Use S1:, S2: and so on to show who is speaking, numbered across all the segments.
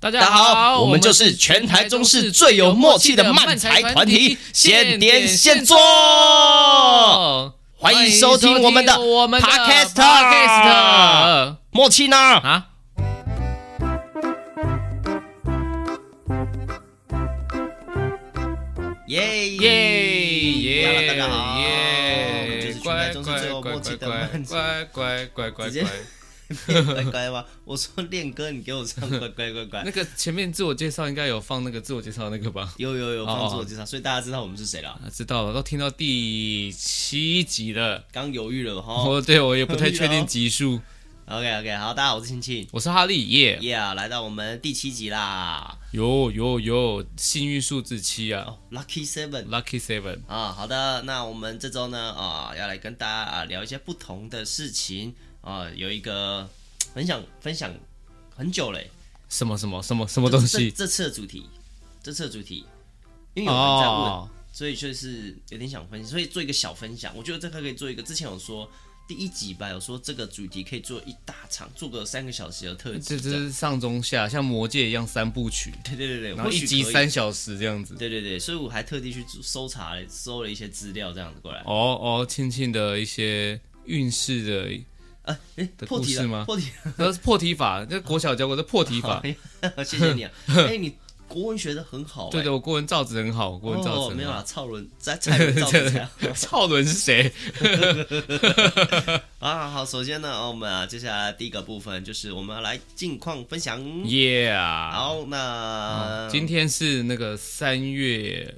S1: 大
S2: 大
S1: 家
S2: 家好，
S1: 好，
S2: 我们就是全台中市最有默契的漫才团体，现点现做。欢迎收听我们的
S1: 我们的
S2: Podcast
S1: Podcast
S2: 默契呢？
S1: 啊。
S2: 耶
S1: 耶耶！
S2: 大家好我们就
S1: 耶
S2: 是！全台
S1: 乖
S2: 中
S1: 乖
S2: 是最有
S1: 乖
S2: 默
S1: 乖
S2: 契的
S1: 乖
S2: 漫才
S1: 乖乖乖乖
S2: 直接
S1: 乖！
S2: 乖乖吧，我说练歌，你给我唱乖乖乖
S1: 那
S2: 乖。
S1: 个前面自我介绍应该有放那个自我介绍那个吧？
S2: 有有有，
S1: 哦
S2: 放自我介绍，所以大家知道我们是谁了。
S1: 啊，知道了，都听到第七集了。
S2: 刚犹豫了哈。
S1: 哦，对，我也不太
S2: 可以
S1: 确
S2: 了
S1: 定集数。
S2: OK OK，好，大家好，我是青青。
S1: 我是哈利耶，
S2: Yeah，来到我们第七集啦。
S1: 有有有，幸运数字七啊
S2: 哦，Lucky Seven。
S1: ，Lucky Seven。
S2: 啊，好的，那我们这周呢啊，要来跟大家啊聊一些不同的事情啊，有一个很想分享很久嘞，
S1: 什么什么什么什么东
S2: 这
S1: 西？
S2: 这次的主题，这次的主题，因为有人在问，
S1: 哦，
S2: 所以就是有点想分享，所以做一个小分享，我觉得这个可以做一个，之前有说。第一集吧，有说这个主题可以做一大场，做个三个小时的特
S1: 这
S2: 辑
S1: 这
S2: 这样。
S1: 是上中下，像魔戒一样三部曲，
S2: 对对对对，
S1: 然后
S2: 或
S1: 一
S2: 许
S1: 集
S2: 可以。
S1: 三小时这样子。
S2: 对对对，所以我还特地去搜查了，搜了一些资料，这样子过来。
S1: 哦哦，庆庆的一些运势
S2: 呃，哎，
S1: 的
S2: 破题
S1: 故事
S2: 了
S1: 吗
S2: 破题了哎
S1: 的，那是破题 法，那国小教过的破题法。
S2: 谢 谢你啊！哎、你国文学的很好、欸，
S1: 对的，我国文造字很好，我国文造
S2: 哦，
S1: 字
S2: 没
S1: 很
S2: 有
S1: 好。
S2: 啦，蔡伦在蔡伦造 字才好
S1: 赵伦是谁？
S2: 啊。 好，首先呢，我们啊，接下来第一个部分就是我们要来近况分享。
S1: Yeah。
S2: 嗯好，呃那
S1: 今天是那个三月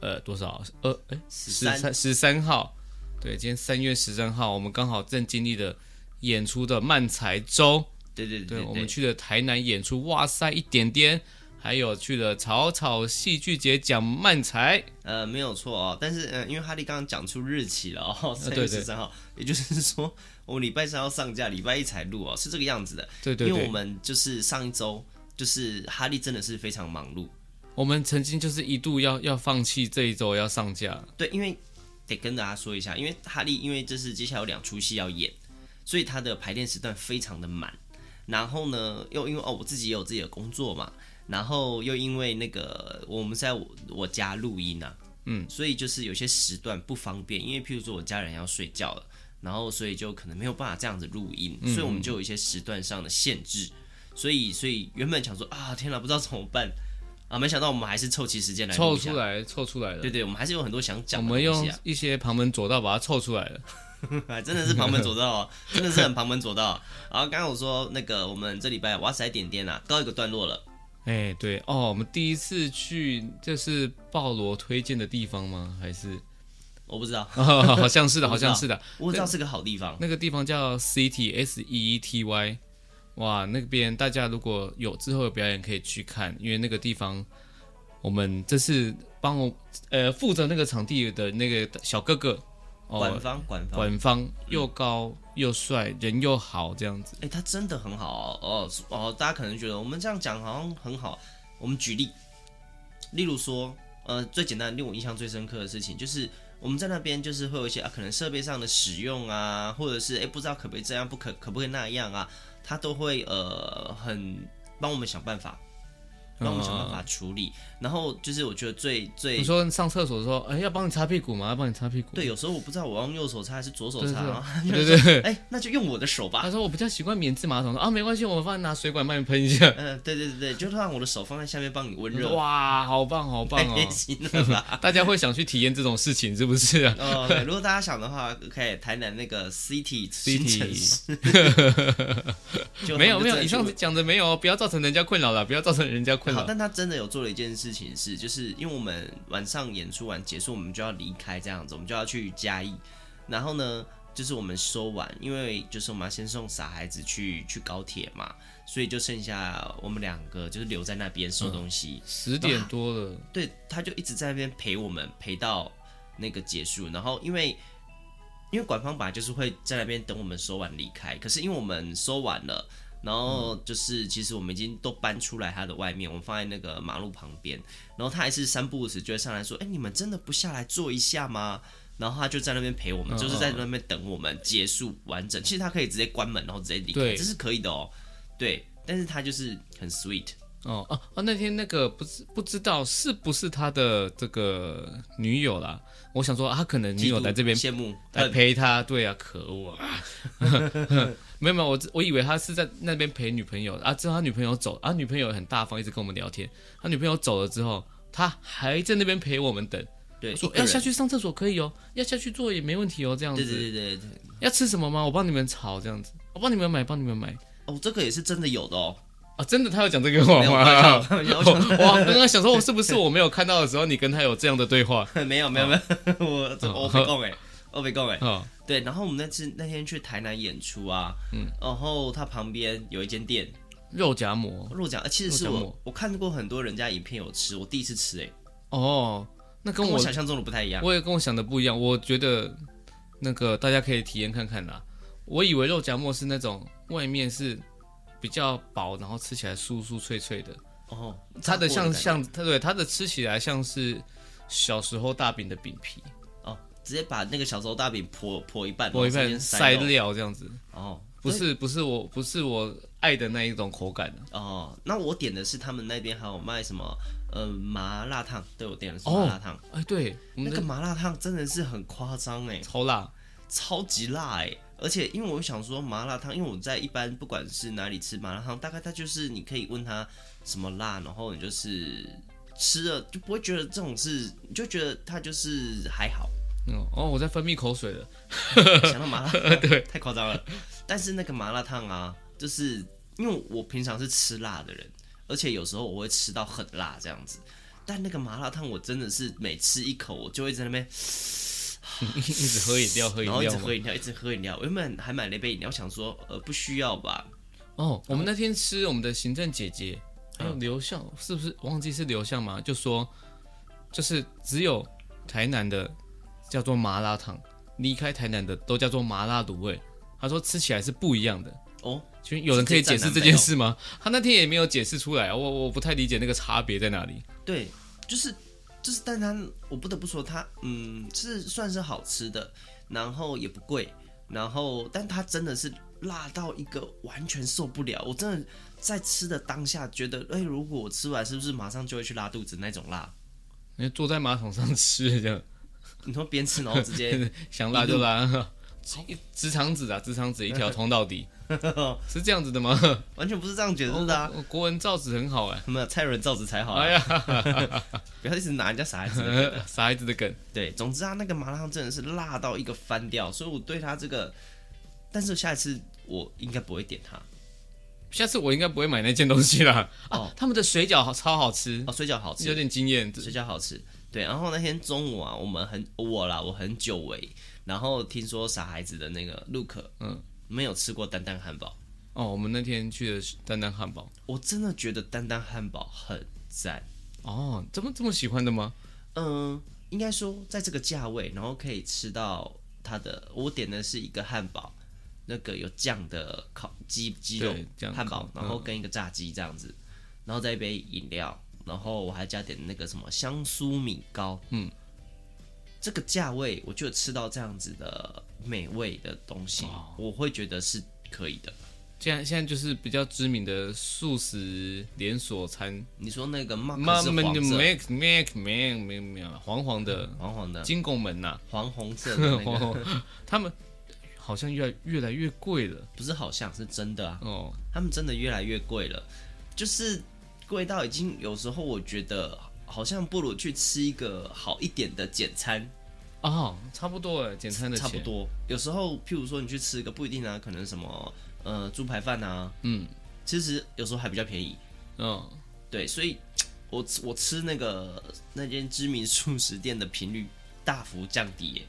S1: 呃多少二哎十
S2: 13
S1: 三十三号，对，今天三月十三号，我们刚好正经历了演出的漫才周，
S2: 对对对
S1: 对我们
S2: 对，
S1: 去了台南演出，哇塞一点点，还有去了草草戏剧节讲漫才，
S2: 呃，没有错哦。但是，嗯、因为哈利刚刚讲出日期了哦，三月
S1: 啊对对
S2: 十三号，也就是说，我们礼拜三要上架，礼拜一才录哦，是这个样子的。
S1: 对对
S2: 因为我
S1: 对，
S2: 们就是上一周，就是哈利真的是非常忙碌，
S1: 我们曾经就是一度要要放弃这一周要上架，
S2: 对，因为得跟大家说一下，因为哈利因为这是接下来有两出戏要演，所以他的排练时段非常的满。然后呢，又因为哦我自己也有自己的工作嘛，然后又因为那个我们是在我我家录音啊，嗯，所以就是有些时段不方便，因为譬如说我家人要睡觉了，然后所以就可能没有办法这样子录音，所以我们就有一些时段上的限制。所以，所以原本想说啊，天哪，不知道怎么办啊，没想到我们还是凑齐时间来
S1: 凑
S2: 录一下
S1: 出来凑出来了
S2: 对。对，我们还是有很多想讲
S1: 我
S2: 的
S1: 们
S2: 东西
S1: 用
S2: 啊，
S1: 一些旁门左道把它凑出来了。
S2: 真的是旁门左道哦， 真的是很旁门左道。然后刚刚我说那个我们这礼拜哇塞点点啊，告一个段落了。
S1: 哎，对哦，我们第一次去，这是鲍罗推荐的地方吗？还是、
S2: 我不知道，
S1: 哦、好像是的，
S2: 我
S1: 好
S2: 不知道
S1: 像是的。
S2: 我知道是个好地方。
S1: 那个地方叫 City S E E T Y，哇，那边大家如果有之后有表演可以去看，因为那个地方我们这次帮我呃负责那个场地的那个小哥哥
S2: 管
S1: 哦，
S2: 方，管方，
S1: 管方又高又帅，人又好，这样子。
S2: 哎，他真的很好哦哦哦。大家可能觉得我们这样讲好像很好，我们举例，例如说，呃，最简单令我印象最深刻的事情就是。我们在那边就是会有一些啊，可能设备上的使用啊，或者是哎不知道可不可以这样，不可可不可以那样啊，他都会呃很帮我们想办法，
S1: 嗯
S2: 帮我们想办法处理。然后就是我觉得最最
S1: 你说上厕所的时候，哎，要帮你擦屁股吗？要帮你擦屁股。
S2: 对，有时候我不知道我要用右手擦还是左手
S1: 对
S2: 擦，
S1: 对
S2: 然后
S1: 对对对。
S2: 哎那就用我的手吧。
S1: 他说我比较习惯免治马桶，说啊没关系，我帮你拿水管帮你喷一下。
S2: 嗯、对对对对，就让我的手放在下面帮你温 热，哎
S1: 哇，好棒好棒
S2: 太贴
S1: 哦！
S2: 心了吧？
S1: 大家会想去体验这种事情是不是啊？
S2: 哦，对，如果大家想的话，可以台南那个 City 新城市，就
S1: 没有没有，
S2: 他们就真的
S1: 以上
S2: 去
S1: 讲的没有，哦不要造成人家困扰了，不要造成人家困
S2: 好，
S1: 扰。
S2: 但他真的有做了一件事情是，就是因为我们晚上演出完结束，我们就要离开这样子，我们就要去嘉义，然后呢，就是我们收完，因为就是我们要先送傻孩子去去高铁嘛，所以就剩下我们两个就是留在那边收东西，
S1: 十点多了，
S2: 对，他就一直在那边陪我们，陪到那个结束。然后因为因为管方本来就是会在那边等我们收完离开，可是因为我们收完了，然后就是其实我们已经都搬出来他的外面，我们放在那个马路旁边，然后他还是三不五时就会上来说：“哎、你们真的不下来坐一下吗？”然后他就在那边陪我们，
S1: 嗯
S2: 就是在那边等我们结束完整。其实他可以直接关门，然后直接离开，
S1: 对
S2: 这是可以的哦。对，但是他就是很 sweet，
S1: 哦哦哦，那天那个不知不知道是不是他的这个女友啦？我想说、啊、他可能女友来这边哎
S2: 羡慕，
S1: 来
S2: 呃
S1: 陪他，对啊，可恶啊！ 没有没有，我只我以为他是在那边陪女朋友啊，之后他女朋友走啊，女朋友很大方，一直跟我们聊天。他女朋友走了之后，他还在那边陪我们等，
S2: 对，
S1: 说
S2: 一个
S1: 要
S2: 人
S1: 下，去上厕所可以哦，要下去做也没问题哦，这样
S2: 对
S1: 子。
S2: 对对对对，
S1: 要吃什么吗？我帮你们炒，这样子，我帮你们买，帮你们买。
S2: 哦，这个也是真的有的哦，
S1: 啊，真的，他要讲这个话
S2: 没有
S1: 吗？
S2: 开玩笑
S1: 我
S2: 开玩笑
S1: 我刚刚想说，我是不是我没有看到的时候，你跟他有这样的对话？
S2: 没有没有没有， 我这我没供哎，我没供哎，
S1: 哦，
S2: 对，然后我们那次那天去台南演出啊，嗯，然后它旁边有一间店，
S1: 肉夹馍。
S2: 若讲，呃其实是
S1: 肉夹
S2: 我
S1: 馍
S2: 我看过很多人家影片有吃，我第一次吃哎、
S1: 哦，那跟
S2: 跟
S1: 我
S2: 我想象中的不太一样。
S1: 我也跟我想的不一样。我觉得那个大家可以体验看看啦。我以为肉夹馍是那种外面是比较薄，然后吃起来酥酥脆脆的。
S2: 哦，
S1: 它的像
S2: 炸过感
S1: 像它对它的吃起来像是小时候大饼的饼皮，
S2: 觉哦，直接把那个小时候大饼破破一半，
S1: 我一
S2: 然后
S1: 般
S2: 中间
S1: 塞
S2: 塞肉
S1: 料这样子。
S2: 哦，
S1: 不是不是我不是我爱的那一种口感啊。
S2: 哦，那我点的是他们那边还有卖什么呃麻辣烫，对我点的是
S1: 哦
S2: 麻辣烫，
S1: 哎，对，我
S2: 那
S1: 们
S2: 个
S1: 的
S2: 麻辣烫真的是很夸张哎，
S1: 超辣，
S2: 超级辣哎、而且因为我想说麻辣烫，因为我在一般不管是哪里吃麻辣烫，大概它就是你可以问他什么辣，然后你就是吃了就不会觉得这种是，你就觉得它就是还好。
S1: 嗯，哦，我在分泌口水了。
S2: 想到麻辣烫，对，太夸张了。但是那个麻辣烫啊，就是因为我平常是吃辣的人，而且有时候我会吃到很辣这样子。但那个麻辣烫，我真的是每吃一口，我就会在那边，
S1: 一直喝饮料，喝饮
S2: 然后一
S1: 料
S2: 直
S1: 嘛。
S2: 喝饮料，一直喝饮料。我原本还买了一杯饮料，想说，呃，不需要吧，
S1: 哦，我们那天吃我们的行政姐姐，还有刘向，是不是忘记是刘向嘛？就说，就是只有台南的叫做麻辣烫，离开台南的都叫做麻辣卤味。他说吃起来是不一样的。
S2: 哦，
S1: 请问有人可以解释这件事吗？他那天也没有解释出来，啊我我不太理解那个差别在哪里。
S2: 对，就是就是，但它我不得不说它，嗯，是算是好吃的，然后也不贵，然后但它真的是辣到一个完全受不了，我真的在吃的当下觉得，哎、如果我吃完是不是马上就会去拉肚子那种辣？
S1: 因为哎坐在马桶上吃这样。
S2: 你说边吃然后直接
S1: 想拉就拉，一直肠子啊，直肠子一条通到 底，是这样子的吗？
S2: 完全不是这样解释的啊。
S1: 哦国文造纸很好哎，
S2: 没有蔡伦造纸才好、啊，
S1: 哎呀，
S2: 不要一直拿人家傻子。
S1: 傻孩子的梗，
S2: 对，总之啊，那个麻辣烫真的是辣到一个翻掉，所以我对它这个，但是下一次我应该不会点它。
S1: 下次我应该不会买那件东西啦。
S2: 哦
S1: 哦，他们的水饺好超好吃，
S2: 哦，水饺好吃，
S1: 有点惊艳。
S2: 水饺好吃。对，然后那天中午啊，我们很我啦，我很久违，然后听说傻孩子的那个 Look，嗯，没有吃过丹丹汉堡，
S1: 哦，我们那天去的是丹丹汉堡，
S2: 我真的觉得丹丹汉堡很赞。
S1: 哦，这么这么喜欢的吗？
S2: 嗯，应该说在这个价位，然后可以吃到它的，我点的是一个汉堡，那个有酱的烤鸡鸡肉
S1: 对酱
S2: 汉堡，嗯
S1: 烤
S2: 然后跟一个炸鸡这样子，然后再一杯饮料，然后我还加点那个什么香酥米糕，嗯，这个价位我就吃到这样子的美味的东西，我会觉得是可以的。
S1: 现在现在就是比较知名的素食连锁餐，
S2: 你说那个 m a
S1: 妈
S2: 是
S1: 妈
S2: 黄
S1: 的
S2: 色，
S1: make make make make make 黄黄的
S2: 黄黄的，
S1: 金拱门呐，
S2: 黄红色的那个，
S1: 哦，他们好像越来越来越贵了
S2: 不是好像是真的啊。
S1: 哦。
S2: 他们真的越来越贵了，就是贵到已经有时候我觉得好像不如去吃一个好一点的简餐，
S1: 哦，差不多了，简餐的
S2: 差不
S1: 钱。
S2: 多。有时候譬如说你去吃一个不一定啊，可能什么呃猪排饭啊，嗯，其实有时候还比较便宜。
S1: 嗯，
S2: 对，所以我吃我吃那个那间知名素食店的频率大幅降低耶。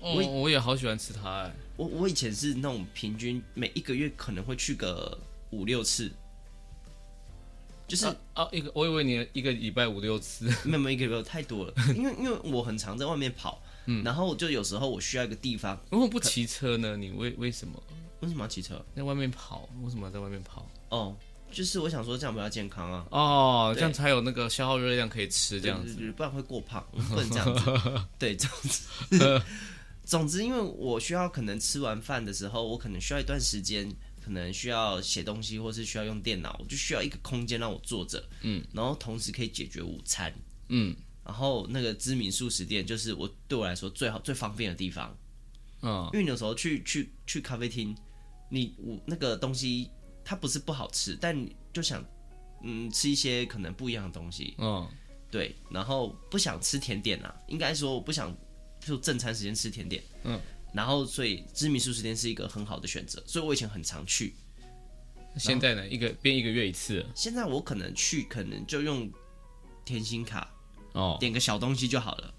S1: 我哦我也好喜欢吃它哎。
S2: 我我以前是那种平均每一个月可能会去个五六次，就是
S1: 啊啊，一个我以为你一个礼拜五六次。
S2: 没有没有一个没有太多了，因为因为我很常在外面跑，然后就有时候我需要一个地方，
S1: 如果不骑车呢？你为为什么
S2: 为什么要骑车？
S1: 在外面跑？为什么要在外面跑？
S2: 哦，就是我想说这样比较健康啊，
S1: 哦，
S2: 对
S1: 这样才有那个消耗热量可以吃这样子。
S2: 对，对对不然会过胖，我们不能这 样子。对，总之，总之，因为我需要可能吃完饭的时候，我可能需要一段时间，可能需要写东西，或是需要用电脑，我就需要一个空间让我坐着，嗯，然后同时可以解决午餐，
S1: 嗯
S2: 然后那个知名素食店就是我对我来说最好最方便的地方，
S1: 嗯
S2: 因为有时候去去去咖啡厅，你我那个东西它不是不好吃，但你就想嗯吃一些可能不一样的东西，
S1: 嗯
S2: 对，然后不想吃甜点啊，应该说我不想就正餐时间吃甜点，
S1: 嗯，
S2: 然后所以知名素食店是一个很好的选择，所以我以前很常去，
S1: 现在呢，一个变一个月一次了
S2: 现在我可能去可能就用甜心卡
S1: 哦。
S2: 点个小东西就好了，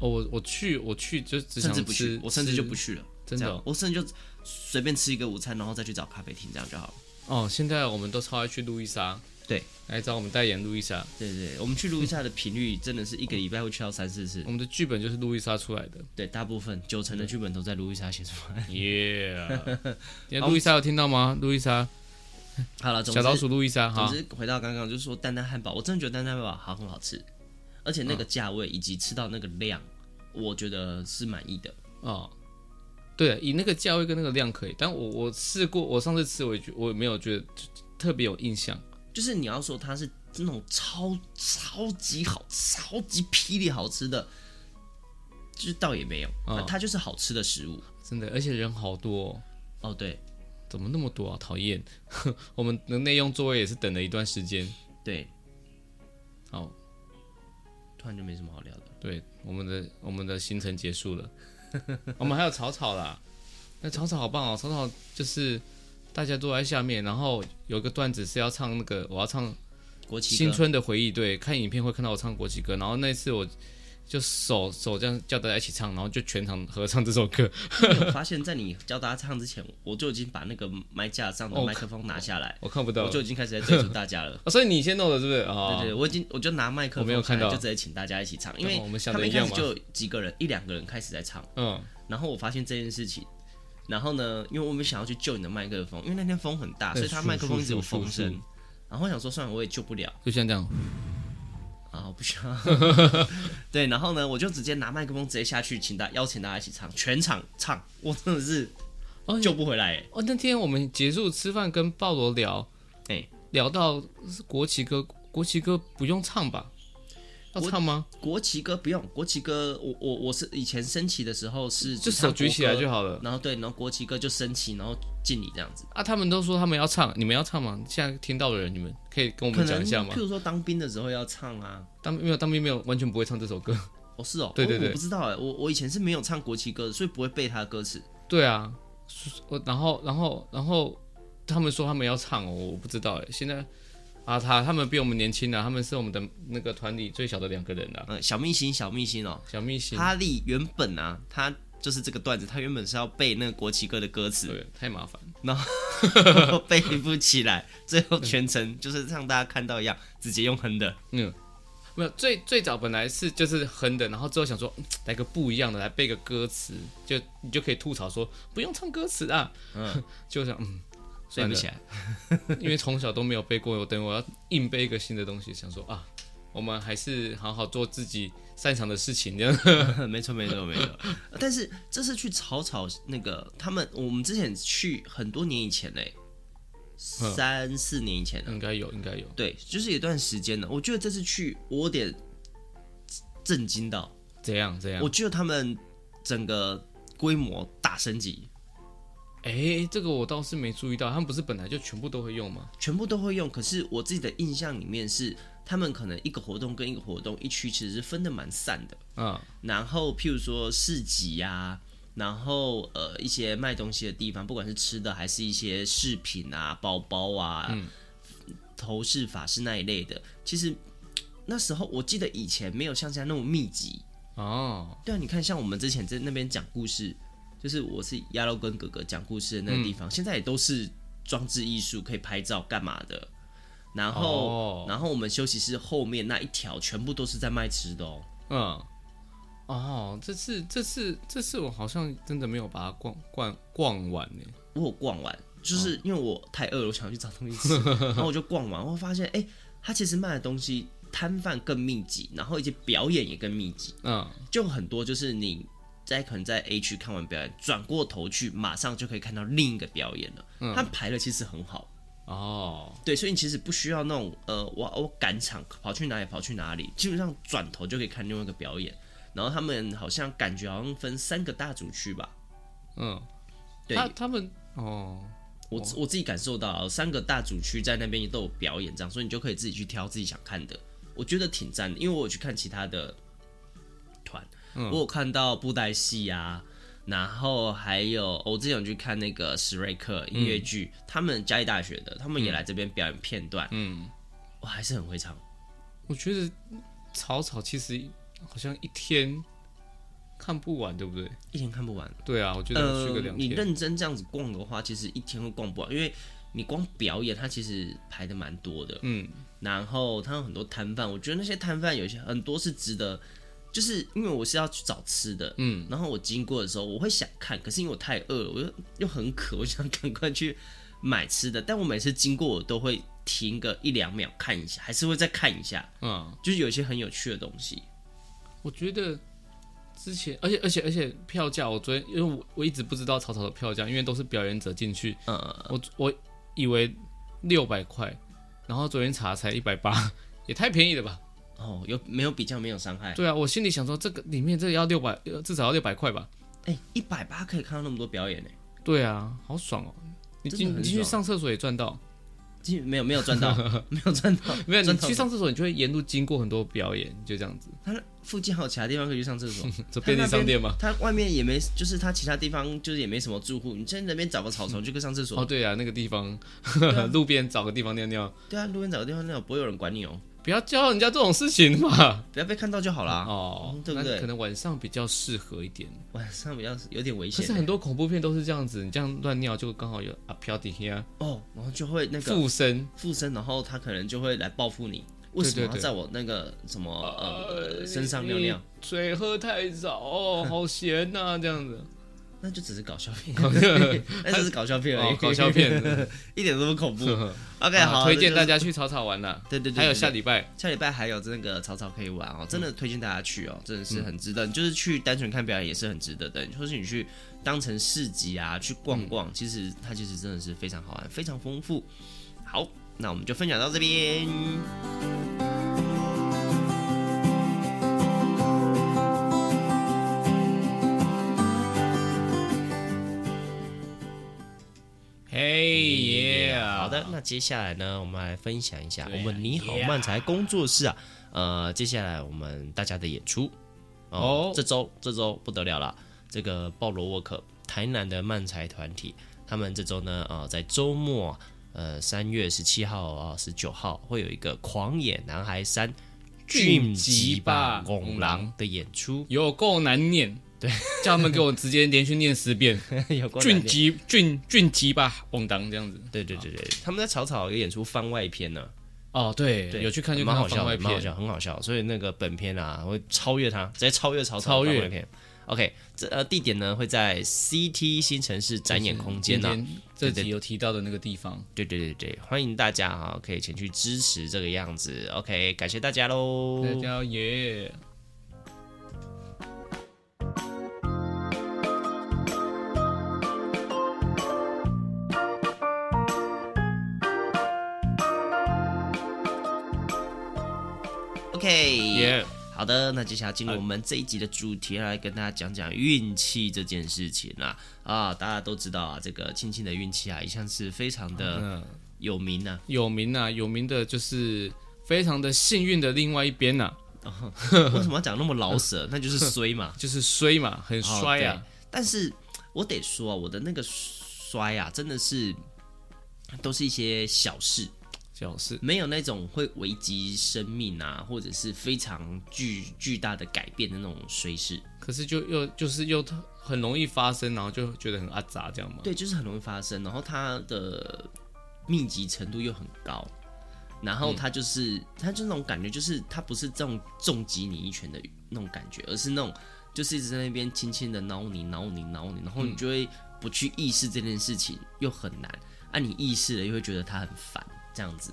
S1: 哦，我我去我去就只
S2: 甚
S1: 想
S2: 至不去
S1: 吃，，
S2: 我甚至就
S1: 吃
S2: 不去了，
S1: 真的
S2: 这
S1: 哦
S2: 样我甚至就随便吃一个午餐，然后再去找咖啡厅，这样就好了。
S1: 哦。现在我们都超爱去路易莎，
S2: 对，
S1: 来找我们代言路易莎。
S2: 对对，我们去路易莎的频率真的是一个礼拜会去到三四次
S1: 我，们的剧本就是路易莎出来的。
S2: 对，大部分九成的剧本都在路易莎写出来。
S1: 耶、y 路易莎有听到吗？路易莎，
S2: 好了，总之
S1: 小老鼠路易莎
S2: 总
S1: 哈。
S2: 之回到刚刚，就是说丹丹汉堡，我真的觉得丹丹汉堡好很好吃，而且那个价位以及吃到那个量，我觉得是满意的。
S1: 哦，对，啊以那个价位跟那个量可以，但我我试过，我上次吃我也觉我也没有觉得特别有印象。
S2: 就是你要说它是那种超超级好、超级霹雳好吃的，就是倒也没有，啊
S1: 嗯
S2: 它就是好吃的食物。
S1: 真的，而且人好多、哦，
S2: 哦，对
S1: 怎么那么多啊？讨厌， 我们的内用座位也是等了一段时间。哦
S2: 对，
S1: 好，
S2: 突然就没什么好聊的。
S1: 对，我们的我们的行程结束了， 我们还有草草啦。那草草好棒哦，草草就是大家坐在下面，然后有个段子是要唱那个，我要唱
S2: 国旗
S1: 新
S2: 歌，
S1: 春的回忆，对，看影片会看到我唱国旗歌，然后那次我就手手这样叫大家一起唱，然后就全场合唱这首歌。
S2: 你有发现，在你教大家唱之前，我就已经把那个麦架上的
S1: 哦
S2: 麦克风拿下来，
S1: 我看不到
S2: 我，就已经开始在对付大家了。
S1: 哦所以你先弄的是不是？哦，
S2: 对对，我已经我就拿麦克
S1: 我没有
S2: 风下
S1: 看
S2: 来，
S1: 到
S2: 就直接请大家一起唱，因为
S1: 哦我们想
S2: 他
S1: 的
S2: 们一
S1: 一
S2: 开
S1: 样
S2: 始
S1: 吗
S2: 就有几个人一两个人开始在唱，
S1: 嗯，
S2: 然后我发现这件事情，然后呢，因为我们想要去救你的麦克风，因为那天风很大，
S1: 对
S2: 所以他麦克风一直有
S1: 咻咻咻咻
S2: 风声，然后我想说算了，我也救不了，
S1: 就像这样，
S2: 啊，我不需要， 对，然后呢，我就直接拿麦克风直接下去，请大邀请大家一起唱，全场唱，我真的是
S1: 哦
S2: 救不回来，欸
S1: 哦，那天我们结束吃饭跟鲍罗聊，
S2: 哎，
S1: 聊到是国旗歌，国旗歌不用唱吧？要唱吗？
S2: 国旗歌不用，国旗歌我我我是以前升旗的时候是
S1: 就
S2: 只唱
S1: 手举起来
S2: 国歌
S1: 就好了。
S2: 然后对，然后国旗歌就升旗，然后敬礼这样子。
S1: 啊，他们都说他们要唱，你们要唱吗？现在听到的人，你们嗯可以跟我
S2: 可
S1: 们讲
S2: 能
S1: 一下吗
S2: 譬？如说当兵的时候要唱啊，
S1: 当没有当兵没有完全不会唱这首歌。
S2: 哦是哦，
S1: 对对
S2: 哦
S1: 对
S2: 我不知道哎，我我以前是没有唱国旗歌的，所以不会背他的歌词。
S1: 对啊，是我然后然后然后他们说他们要唱哦，我不知道哎。现在啊，他他们比我们年轻啊，他们是我们的那个团里最小的两个人啊，
S2: 呃，小秘星，小秘星哦，
S1: 小秘星。
S2: 哈利原本啊，他就是这个段子，他原本是要背那个国旗歌的 歌词，
S1: 对，太麻烦。
S2: 背不起来，最后全程就是让大家看到一样，直接用哼的。
S1: 没有，最最早本来是就是哼的，然后之后想说嗯来个不一样的，来背个歌词，就你就可以吐槽说不用唱歌词啊，嗯， 就想嗯，
S2: 背
S1: 算
S2: 不
S1: 了
S2: 起，来，
S1: 因为从小都没有背过，我等我要硬背一个新的东西，想说啊，我们还是好好做自己擅长的事情，这样
S2: 没错没错没错。但是这次去草草那个他们，我们之前去很多年以前嘞，三四年以前了
S1: 应该有，应该有。
S2: 对，就是有一段时间了。我觉得这次去，我有点震惊到，
S1: 怎样怎样？
S2: 我觉得他们整个规模大升级，
S1: 哎、这个我倒是没注意到，他们不是本来就全部都会用吗？
S2: 全部都会用。可是我自己的印象里面是，他们可能一个活动跟一个活动，一区其实是分的蛮散的。
S1: 啊，
S2: 然后譬如说市集呀、然后呃一些卖东西的地方，不管是吃的还是一些饰品啊、包包啊、头饰、发饰那一类的，其实那时候我记得以前没有像现在那么密集。
S1: 哦，
S2: 对啊，你看，像我们之前在那边讲故事，就是我是鸭肉跟哥哥讲故事的那个地方，现在也都是装置艺术，可以拍照干嘛的。然后，
S1: 哦
S2: 然后我们休息室后面那一条全部都是在卖吃的哦。
S1: 嗯，哦，这次这次这次我好像真的没有把它逛逛逛完呢。
S2: 我有逛完，就是因为我太饿了，我想要去找东西吃，然后我就逛完，我发现，哎、他其实卖的东西摊贩更密集，然后一些表演也更密集，
S1: 嗯，
S2: 就很多就是你在可能在 A 区看完表演，转过头去马上就可以看到另一个表演了。他们排的其实很好，
S1: 哦，
S2: 对，所以你其实不需要那种呃，我我赶场跑去哪里跑去哪里，基本上转头就可以看另外一个表演。然后他们好像感觉好像分三个大组区吧，
S1: 嗯，
S2: 对
S1: 他他们哦，
S2: 我自我自己感受到啊三个大主区在那边都有表演，这样，所以你就可以自己去挑自己想看的。我觉得挺赞的，因为我有去看其他的团，我有看到布袋戏啊，然后还有我之前有去看那个史瑞克音乐剧，他们嘉义大学的，他们也来这边表演片段，嗯，我还是很会唱，
S1: 我觉得草草其实好像一天看不完，对不对？
S2: 一天看不完。
S1: 对啊，我觉得
S2: 呃
S1: 去个两，
S2: 你
S1: 天，
S2: 认真这样子逛的话，其实一天会逛不完，因为你光表演它其实排的蛮多的，嗯，然后它有很多摊贩，我觉得那些摊贩有些很多是值得，就是因为我是要去找吃的，嗯，然后我经过的时候我会想看，可是因为我太饿了，我又又很渴，我想赶快去买吃的，但我每次经过我都会停个一两秒看一下，还是会再看一下，
S1: 嗯，
S2: 就是有一些很有趣的东西，
S1: 我觉得之前，而且而且而且票价，我昨天因为我我一直不知道草草的票价，因为都是表演者进去，
S2: 呃，
S1: 我我以为六百块，然后昨天查才一百八， 也太便宜了吧？
S2: 哦，有没有比较没有伤害？
S1: 对啊，我心里想说这个里面这个要六百，呃至少要六百块吧？
S2: 哎，一百八可以看到那么多表演呢。欸
S1: 对啊，好爽哦！你
S2: 真的
S1: 进
S2: 很
S1: 你进去上
S2: 爽
S1: 厕所也赚到，
S2: 其实没有没有赚到，没有赚到，
S1: 没有你
S2: 赚到
S1: 去上厕所，你就会沿路经过很多表演，就这 样子。
S2: 他那附近还有其他地方可以去上厕所。
S1: 这便利商店吗？
S2: 他外面也没，就是他其他地方就是也没什么住户，你在那边找啊个草丛就可以上厕所。
S1: 哦，对啊，那个地方， 路边找个地方尿尿，
S2: 对啊，路边找个地方那种不会有人管你哦，
S1: 不要教人家这种事情 嘛。
S2: 不要被看到就好啦。
S1: 哦
S2: 嗯，对不对
S1: 那可能晚上比较适合一点。
S2: 晚上比较有点危
S1: 可是
S2: 险
S1: 很多恐怖片都是这样子，你这样乱尿就刚好有啊飘底下
S2: 哦，然后就会那个
S1: 附身。
S2: 附身，然后他可能就会来报复你。为什么
S1: 对对
S2: 要
S1: 对
S2: 在我那个什么呃身上尿尿？，
S1: 哎水喝太少哦，好咸呐、这样 子。
S2: 那就只是搞笑片，
S1: 笑
S2: 那只是搞笑片而已，
S1: 哦搞笑片，
S2: 一点都不 恐怖。OK，
S1: 啊
S2: 好，
S1: 推荐
S2: 那就
S1: 大家去草草玩啦。
S2: 对对对对
S1: 还有
S2: 对
S1: 下礼拜，
S2: 下礼拜还有那个草草可以玩哦，真的推荐大家去哦，真的是很值得。你就是去单纯看表演也是很值得的，或是你去当成市集啊去逛逛，其实它其实真的是非常好玩，非常丰富。好，那我们就分享到这边。
S1: 嘿耶！
S2: 好的，那接下来呢，我们来分享一下
S1: 对
S2: 我
S1: 啊
S2: 们你好
S1: yeah
S2: 漫才工作室啊，呃，接下来我们大家的演出哦
S1: 哦，
S2: 这周这周不得了了，这个鲍罗沃克台南的漫才团体，他们这周呢，呃，在周末，呃，三月十七号啊，十九号会有一个狂野男孩三
S1: 俊吉吧嗯
S2: 拱狼的演出，
S1: 有够难念，对，叫他们给我直接连续念十 遍，
S2: 有关
S1: 俊
S2: 南
S1: 吉俊俊吉吧，咣当这样子。
S2: 对对对对，他们在草草有演出番外篇呢、
S1: 哦，对，
S2: 对，
S1: 有去看就看
S2: 蛮
S1: 到
S2: 好
S1: 番
S2: 笑
S1: 外
S2: 的，蛮好
S1: 片，
S2: 笑，很好笑。所以那个本片啊，会超越它，直接超越曹
S1: 超
S2: 操
S1: 越
S2: 的番外片。OK，这呃地点呢会在 CT 新城市展演空间呢、
S1: 今天这集有提到的那个地方，
S2: 对对对对，欢迎大家啊，可以前去支持这个样子。OK，感谢大家喽，
S1: 大家耶。
S2: OK，、
S1: 耶、
S2: 好的，那接下来进入我们这一集的主题，来跟大家讲讲运气这件事情啊啊，大家都知道啊，这个庆庆的运气啊，一向是非常的有名 啊。
S1: 有名啊，有名的就是非常的幸运的另外一边呐、啊
S2: 为什么要讲那么老舍？那就是衰嘛。
S1: 就是衰嘛，很衰啊。
S2: 但是我得说啊，我的那个摔啊，真的是都是一些小事，
S1: 就是
S2: 没有那种会危及生命啊，或者是非常巨巨大的改变的那种衰事。
S1: 可是就又就是又很容易发生，然后就觉得很阿杂这样嘛。
S2: 对，就是很容易发生，然后它的密集程度又很高。然后它就是，它就那种感觉，就是它不是这种重击你一拳的那种感觉，而是那种就是一直在那边轻轻的挠你、挠你、挠你，然后你就会不去意识这件事情，又很难。啊，你意识了又会觉得它很烦，这样子，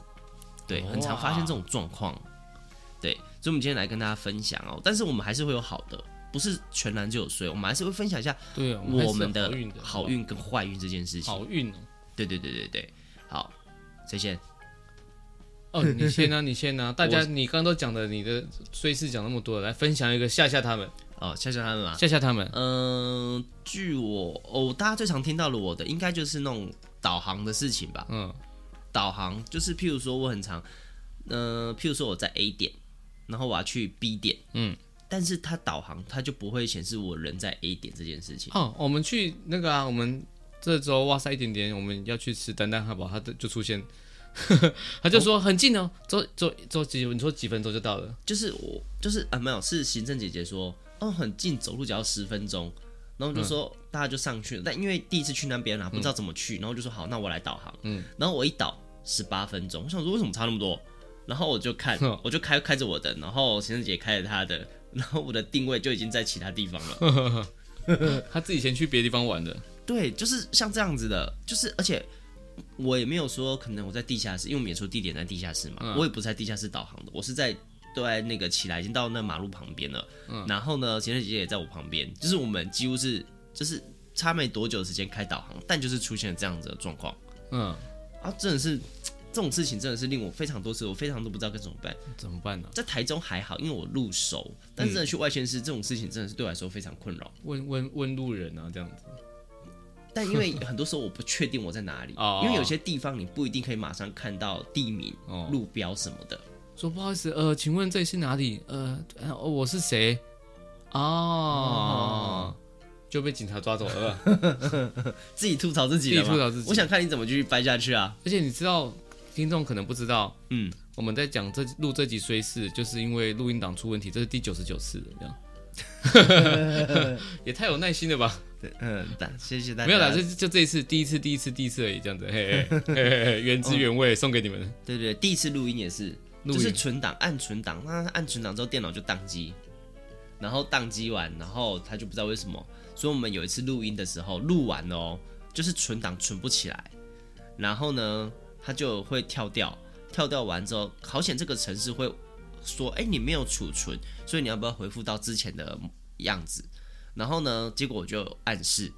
S2: 对，很常发现这种状况。对，所以我们今天来跟大家分享哦，但是我们还是会有好的，不是全然就有衰，我们还是会分享一下
S1: 对，啊
S2: 我们
S1: 的
S2: 的
S1: 运的
S2: 好运跟坏运这件事情。
S1: 好运哦。
S2: 对对对对对，好，谁先？
S1: 哦，你先 啊，你先啊！大家，你刚刚都讲的，你的虽是讲那么多，来分享一个吓吓他们，
S2: 哦，笑笑他们嘛。
S1: 吓吓他们。
S2: 嗯、据我哦，大家最常听到的我的，应该就是那种导航的事情吧。
S1: 嗯，
S2: 导航就是，譬如说我很常，呃，譬如说我在 A 点，然后我要去 B 点，
S1: 嗯，
S2: 但是它导航它就不会显示我人在 A 点这件事情。
S1: 哦，我们去那个啊，我们这周哇塞一点点，我们要去吃丹丹汉堡，他就出现， 他就说很近哦，走走走几，你说几分钟就到了。
S2: 就是我就是啊，没有，是行政姐姐说，哦，很近，走路只要十分钟。然后就说、大家就上去了，但因为第一次去那边啊，不知道怎么去，然后就说好，那我来导航。嗯，然后我一导十八分钟，我想说为什么差那么多？然后我就看，我就开开着我的，然后行政姐姐开着她的，然后我的定位就已经在其他地方了。
S1: 他自己先去别的地方玩的，
S2: 对，就是像这样子的，就是而且我也没有说可能我在地下室，因为我们也说地点在地下室嘛，我也不是在地下室导航的，我是在都在那个起来已经到那马路旁边了，然后呢，贤姐姐也在我旁边，就是我们几乎是就是差没多久的时间开导航，但就是出现了这样子的状况
S1: 嗯，
S2: 啊，真的是。这种事情真的是令我非常多次，我非常都不知道该怎么办。
S1: 怎么办呢、啊
S2: 在台中还好，因为我路熟，但真的去外县市，这种事情真的是对我来说非常困扰。
S1: 问问问路人啊，这样子。
S2: 但因为很多时候我不确定我在哪里，
S1: 哦
S2: 因为有些地方你不一定可以马上看到地名、
S1: 哦
S2: 路标什么的。
S1: 说不好意思，呃，请问这里是哪里？呃，呃我是谁？哦，就被警察抓走了。
S2: 自己吐槽自己了吗
S1: 自己吐槽自己
S2: 我想看你怎么继续掰下去啊！
S1: 而且你知道，听众可能不知道，
S2: 嗯，
S1: 我们在讲这录这集虽是，就是因为录音档出问题，这是第九十九次了，这样。也太有耐心了吧？
S2: 对，嗯，但谢谢大家。
S1: 没有啦，就就这一次，第一次，第一次，第一次而已，这样子，嘿嘿嘿嘿嘿，原汁原味、送给你们。
S2: 对对，第一次录音也是，
S1: 录音
S2: 就是存档，按存档，那按存档之后电脑就宕机，然后宕机完，然后他就不知道为什么，所以我们有一次录音的时候录完了哦，就是存档存不起来，然后呢，他就会跳掉，跳掉完之后，好险这个城市会说，哎，你没有储存，所以你要不要回复到之前的样子？然后呢，结果我就暗示。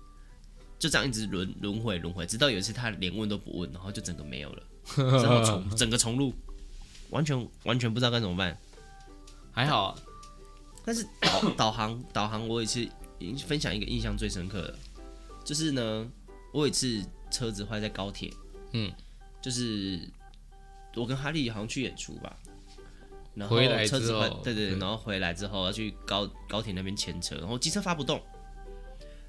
S2: 就这样一直轮轮回轮回，直到有一次他连问都不问，然后就整个没有了，然后
S1: 嗯
S2: 重整个重录，完全完全不知道该怎么办。
S1: 还好啊，
S2: 但是导 导航导航，我有一次分享一个印象最深刻的，就是呢，我有一次车子坏在高铁，
S1: 嗯，
S2: 就是我跟哈利好像去演出吧，然后
S1: 回来之
S2: 车
S1: 后嗯
S2: 子坏，对对
S1: 对
S2: 对，然后回来之后要去高高铁那边牵车，然后机车发不动。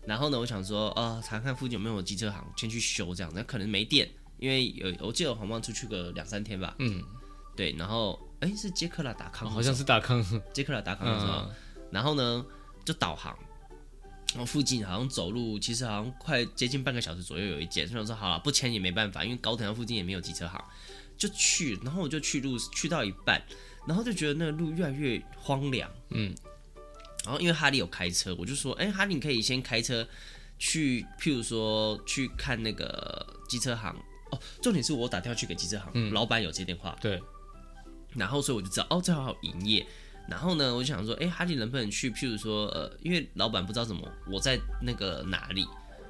S2: 然后呢，我想说，啊，查看附近有没有机车行，先去修这样。那可能没电，因为有我记得我好像出去个两三天吧。
S1: 嗯，
S2: 对。然后，哎，是杰克拉达康
S1: 哦
S2: 吗，
S1: 好像是大康，
S2: 杰克拉达康是吧？
S1: 嗯，
S2: 然后呢就导航，然后附近好像走路其实好像快接近半个小时左右有一间，所以我说好了不签也没办法，因为高铁站附近也没有机车行，就去，然后我就去路去到一半，然后就觉得那个路越来越荒凉，嗯，然后因为哈利有开车，我就说，哎、哈利你可以先开车去，譬如说去看那个机车行。哦，重点是我打电话去给机车行，老板有接电话，
S1: 对，
S2: 然后所以我就知道哦，这行有营业。然后呢，我就想说，哎，哈利能不能去？譬如说，呃，因为老板不知道怎么我在那个哪里，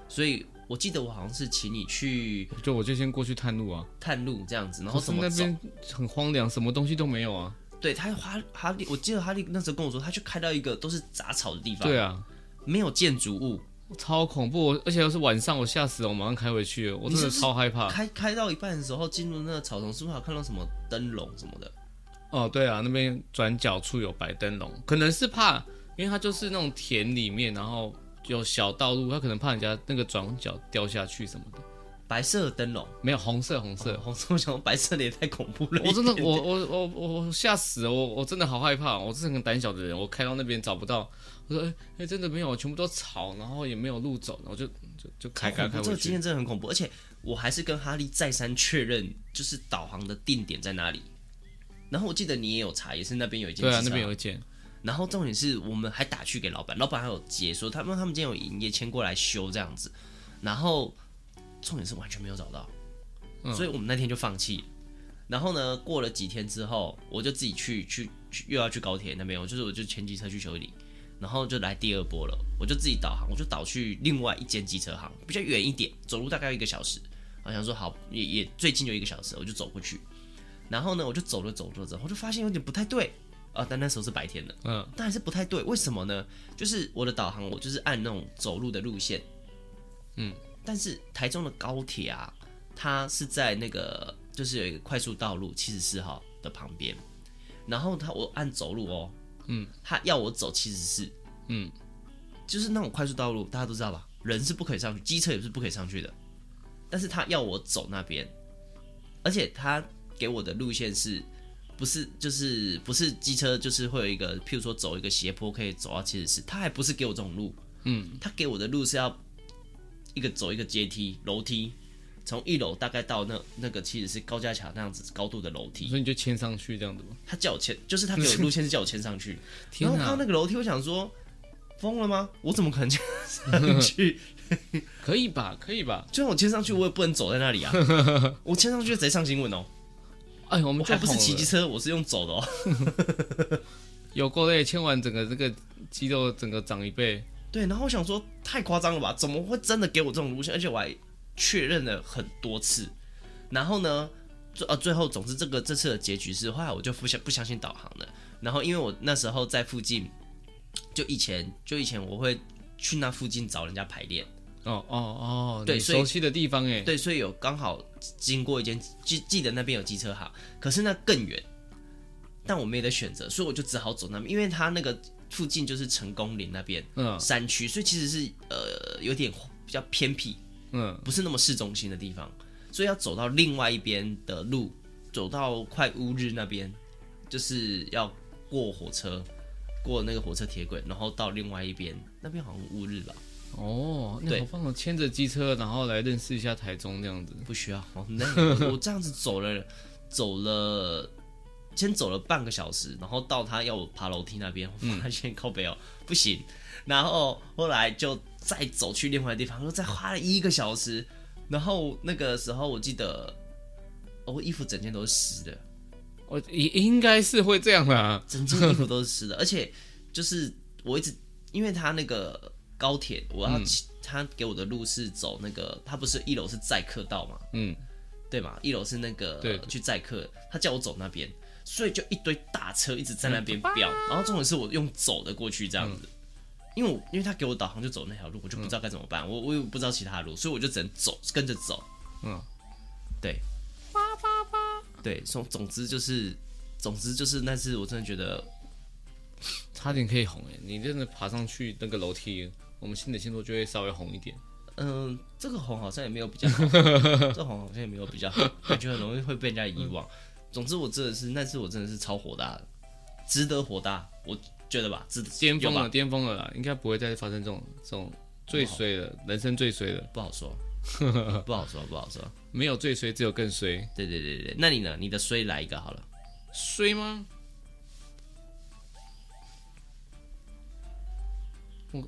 S2: 所以我记得我好像是请你去
S1: 就我就先过去探路啊。
S2: 探路这样子，然
S1: 然
S2: 后
S1: 后
S2: 怎么
S1: 那
S2: 走？
S1: 边很荒凉，什么东西都没有啊。
S2: 对他哈哈利，我记得哈利那时候跟我说，他去开到一个都是杂草的地方，
S1: 对啊，
S2: 没有建筑物，
S1: 超恐怖！我而且又是晚上，我吓死了，我马上开回去了，我真
S2: 你是
S1: 的
S2: 不是
S1: 超害怕。
S2: 啊开开到一半的时候进入那个草丛，是不是还有看到什么灯笼什么的？
S1: 哦，对啊，那边转角处有白灯笼，可能是怕，因为它就是那种田里面，然后有小道路，它可能怕人家那个转角掉下去什么的。
S2: 白色的灯笼，
S1: 没有红色，红色。
S2: 我我想白色的也太恐怖哦了一点，
S1: 我真的，我我我我我吓死了，我我真的好害怕，我是很胆小的人，我开到那边找不到，我说哎、哎真的没有，全部都草，然后也没有路走，然后就就就开开
S2: 好恐
S1: 开
S2: 怖这
S1: 回
S2: 个经
S1: 去。
S2: 验真的很恐怖，而且我还是跟哈利再三确认，就是导航的定点在哪里。然后我记得你也有查，也是那边有一间
S1: 对啊，
S2: 机车
S1: 那边
S2: 行
S1: 有一间，
S2: 然后重点是我们还打去给老板，老板还有解说他们他们今天有营业签过来修这样子，然后重点是完全没有找到，所以我们那天就放弃。然后呢，过了几天之后，我就自己去去去又要去高铁那边，我就是我就前机车去修理，然后就来第二波了，我就自己导航，我就导去另外一间机车行，比较远一点，走路大概要一个小时。我想说好，也也最近就一个小时，我就走过去。然后呢，我就走着走着走，我就发现有点不太对啊，但那时候是白天的，
S1: 嗯，
S2: 但还是不太对，为什么呢？就是我的导航，我就是按那种走路的路线，嗯，但是台中的高铁啊，它是在那个就是有一个快速道路七十四号的旁边，然后它我按走路哦，嗯，它要我走七十四，
S1: 嗯，
S2: 就是那种快速道路，大家都知道吧，人是不可以上去，机车也是不可以上去的，但是他要我走那边，而且他给我的路线是。不是，就是不是机车，就是会有一个，譬如说走一个斜坡可以走到七十四，他还不是给我这种路，嗯，他给我的路是要一个走一个阶梯楼梯，从一楼大概到那那个其实是高架桥那样子高度的楼梯，
S1: 所以你就牵上去这样子吗？
S2: 他叫我牵，就是他 给我路线是叫我牵上去，
S1: 天啊
S2: 然后看到
S1: 哪，
S2: 那个楼梯，我想说疯了吗？我怎么可能牵上 去？
S1: 可以吧？可以吧？
S2: 就算我牵上去，我也不能走在那 里啊，我牵上去就直接上新闻哦，
S1: 哎，我们
S2: 我还不是骑机
S1: 车，
S2: 车，我是用走的哦。
S1: 有够累，牵完整个这个肌肉整个长一倍，
S2: 对，然后我想说太夸张了吧？怎么会真的给我这种路线？而且我还确认了很多次。然后呢，最呃最后，总之这个这次的结局是，后来我就不相不相信导航了。然后因为我那时候在附近，就以前就以前我会去那附近找人家排练，
S1: 哦哦哦，
S2: 对
S1: 你
S2: 所以
S1: 熟悉的地方哎，
S2: 对，所以有刚好经过一间记记得那边有机车行，可是那更远，但我没得选择，所以我就只好走那边，因为它那个附近就是成功岭那边，
S1: 嗯
S2: 山区，所以其实是呃有点比较偏僻，
S1: 嗯，
S2: 不是那么市中心的地方，所以要走到另外一边的路，走到快乌日那边，就是要过火车，过那个火车铁轨，然后到另外一边，那边好像乌日吧，
S1: 哦，那
S2: 对
S1: 好棒哦，牵着机车然后来认识一下台中这样子，
S2: 不需要，好累哦，我我这样子走了，走了。先走了半个小时，然后到他要我爬楼梯那边，我发现靠北哦、不行，然后后来就再走去另外的地方，又再花了一个小时，然后那个时候我记得，哦我衣服整件都是湿的，哦
S1: 我哦应应该是会这样啦，
S2: 整件衣服都是湿的，而且就是我一直因为他那个高铁，我
S1: 嗯
S2: 要骑、他给我的路是走那个，他不是一楼是载客道嘛，
S1: 嗯，
S2: 对嘛，一楼是那个
S1: 对
S2: 去载客，他叫我走那边，所以就一堆大车一直在那
S1: 嗯
S2: 边飙，然后重点是我用走的过去这样子。因为我因为他给我导航就走那条路，我就不知道该怎么办，我我也不知道其他的路，所以我就只能走跟着走。
S1: 嗯，
S2: 对，对，总总之就是，总之就是那次我真的觉得
S1: 差点可以红哎，你真的爬上去那个楼梯，我们新的星座就会稍微红一点，
S2: 嗯，这个红好像也没有比较 好，这红好像也没有比较好，感觉很容易会被人家遗忘。总之，我真的是那次我真的是超火大的，值得火大，我觉得吧，值得
S1: 巅峰
S2: 有
S1: 了，
S2: 吧，
S1: 巅峰了啦，应该不会再发生这种这种最衰的，人生最衰的，
S2: 不好说，不好说，不好说。
S1: 没有最衰，只有更衰，
S2: 对对对对对，那你呢？你的衰来一个好了，
S1: 衰吗？我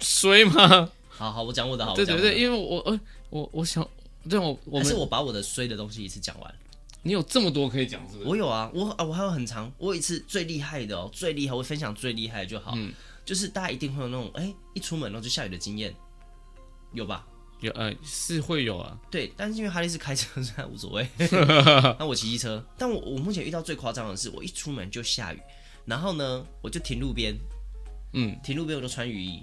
S1: 衰吗？
S2: 好好，我讲我的好，
S1: 对
S2: 我讲
S1: 对
S2: 我的
S1: 对，因为我呃我我想，对我我
S2: 还是
S1: 们
S2: 我把我的衰的东西一次讲完。
S1: 你有这么多可以讲是不是？
S2: 我有啊，我啊，我还有很长，我有一次最厉害的哦，最厉害，我分享最厉害的就好。
S1: 嗯
S2: 就是大家一定会有那种，哎、一出门然后就下雨的经验，有吧？
S1: 有呃是会有啊，
S2: 对，但是因为哈利是开车，所以无所谓。那我骑机车，但我我目前遇到最夸张的是，我一出门就下雨，然后呢，我就停路边，
S1: 嗯，
S2: 停路边我就穿雨衣，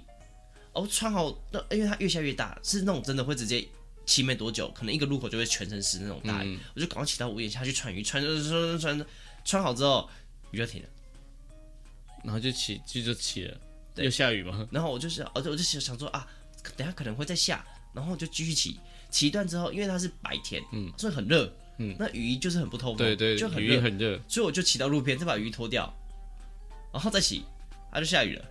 S2: 哦，穿好，那因为它越下越大，是那种真的会直接骑没多久，可能一个路口就会全身湿那种大雨，我就赶快骑到屋檐下去穿雨衣，穿穿穿穿穿，穿好之后雨就停了，
S1: 然后就起就就起了，
S2: 对
S1: 又下雨嘛，
S2: 然后我就是，哦，对我就想想说啊，等一下可能会再下，然后我就继续骑，骑一段之后，因为它是白天，嗯，所以很热。嗯，那雨衣就是很不 透风，
S1: 对对，
S2: 就很
S1: 雨
S2: 热
S1: 也，很热，
S2: 所以我就骑到路边，再把鱼脱掉，然后再洗，它、就下雨了。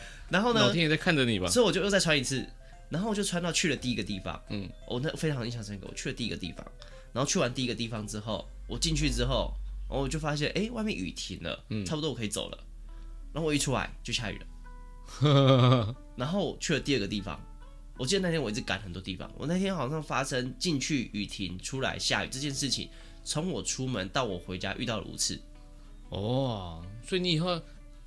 S2: 然后
S1: 老
S2: 呢，
S1: 天爷在看着你吧，
S2: 所以我就又再穿一次，然后我就穿到去了第一个地方，嗯，我、那非常印象深刻。我去了第一个地方，然后去完第一个地方之后，我进去之后，然后我就发现，哎、外面雨停了，
S1: 嗯
S2: 差不多我可以走了。然后我一出来就下雨了， 然后去了第二个地方。我记得那天我一直赶很多地方，我那天好像发生进去雨停、出来下雨这件事情，从我出门到我回家遇到了五次。
S1: 哦，所以你以后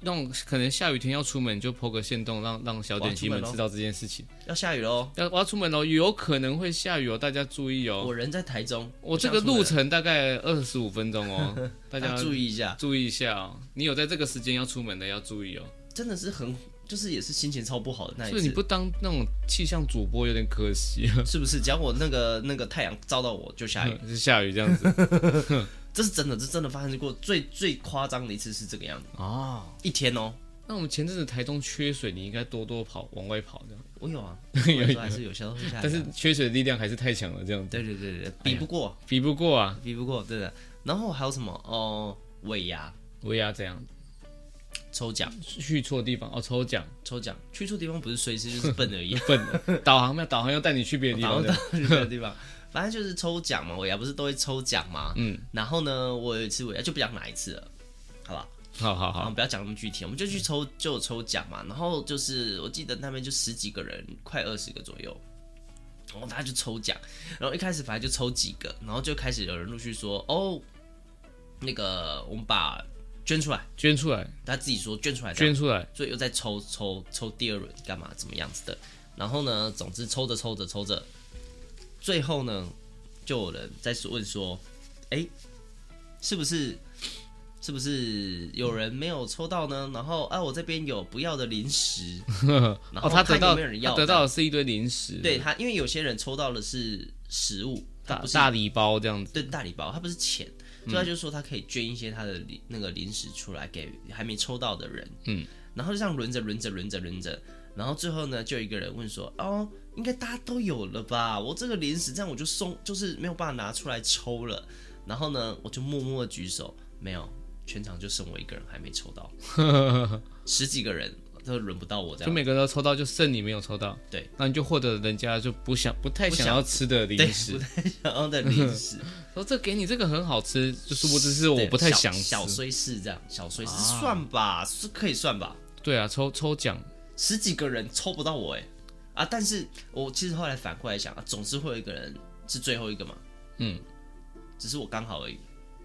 S1: 种可能下雨天要出门就剖个线洞，让让小点心
S2: 我要出
S1: 们
S2: 门咯
S1: 知道这件事情。
S2: 要下雨喽。
S1: 要我要出门喽，有可能会下雨哦，大家注意哦。
S2: 我人在台中，
S1: 我这个
S2: 想出门
S1: 路程大概二十五分钟 哦，大家
S2: 要注意一下，
S1: 注意一下哦。你有在这个时间要出门的要注意哦。
S2: 真的是很，就是也是心情超不好的那一
S1: 所以
S2: 次
S1: 你，不当那种气象主播有点可惜，
S2: 是不是？只要我那个那个太阳照到我就下雨，
S1: 是下雨这样子
S2: 这是真的，这真的发生过最最夸张的一次是这个样子，
S1: 哦。
S2: 一天 哦，
S1: 那我们前阵子台中缺水，你应该多多跑往外跑这样，
S2: 我 有啊，有时候还是有些会下雨啊，
S1: 但是哎缺水的力量还是太强了，这样子
S2: 对对对对，比不过，
S1: 比不过啊。
S2: 比不过，对的。然后还有什么？哦，尾牙
S1: 我也要这样，
S2: 抽奖，
S1: 去错地方哦，抽 奖
S2: 抽奖去错地方不是随时就是笨 而已，啊
S1: 笨，导航没有导航要带你去别的地
S2: 然
S1: 方
S2: 后
S1: 这
S2: 到
S1: 样，
S2: 去别的地方，反正就是抽奖嘛，尾牙不是都会抽奖嘛，嗯。然后呢，我有一次尾牙就不讲哪一次了，好吧，
S1: 好好
S2: 好，
S1: 好，
S2: 不要讲那么具体，我们就去抽就抽奖嘛。然后就是我记得那边就十几个人，快二十个左右。然后大家就抽奖，然后一开始反正就抽几个，然后就开始有人陆续说哦，那个我们把捐出来，
S1: 捐出来，
S2: 他自己说捐出来，
S1: 捐出来，哦
S2: 所以又再抽抽抽第二轮干嘛怎么样子的。然后呢，总之抽着抽着抽着，最后呢，就有人在问说，哎，是不是是不是有人没有抽到呢？然后啊，我这边有不要的零 食，然后
S1: 哦，他得
S2: 有
S1: 到
S2: 没有人要
S1: 他得到的是一堆零食，
S2: 对他，因为有些人抽到的是食物，他
S1: 大
S2: 不是
S1: 大礼包这样子，
S2: 对大礼包，他不是钱，
S1: 嗯
S2: 所以他就说他可以捐一些他的零那个零食出来给还没抽到的人。嗯，然后就这样轮着轮着轮着轮着，然后最后呢，就有一个人问说：“哦，应该大家都有了吧？我这个零食这样我就送，就是没有办法拿出来抽了。”然后呢，我就默默的举手，没有，全场就剩我一个人还没抽 到，十几个人都轮不到我这
S1: 就
S2: 样。
S1: 每个人都抽到，就剩你没有抽到，
S2: 对，
S1: 那你就获得人家就不想不太
S2: 不
S1: 想
S2: 想
S1: 要吃的零
S2: 对，
S1: 食
S2: 不，太想要的零 食，
S1: 说这给你这个很好吃，就殊不知是我
S2: 对
S1: 不太
S2: 小
S1: 想吃啊
S2: 小，虽是这样，小虽是算吧，是可以算吧。
S1: 对啊，抽抽奖
S2: 十几个人抽不到我哎、啊！但是我其实后来反过来想啊，总是会有一个人是最后一个嘛，
S1: 嗯，
S2: 只是我刚好而已。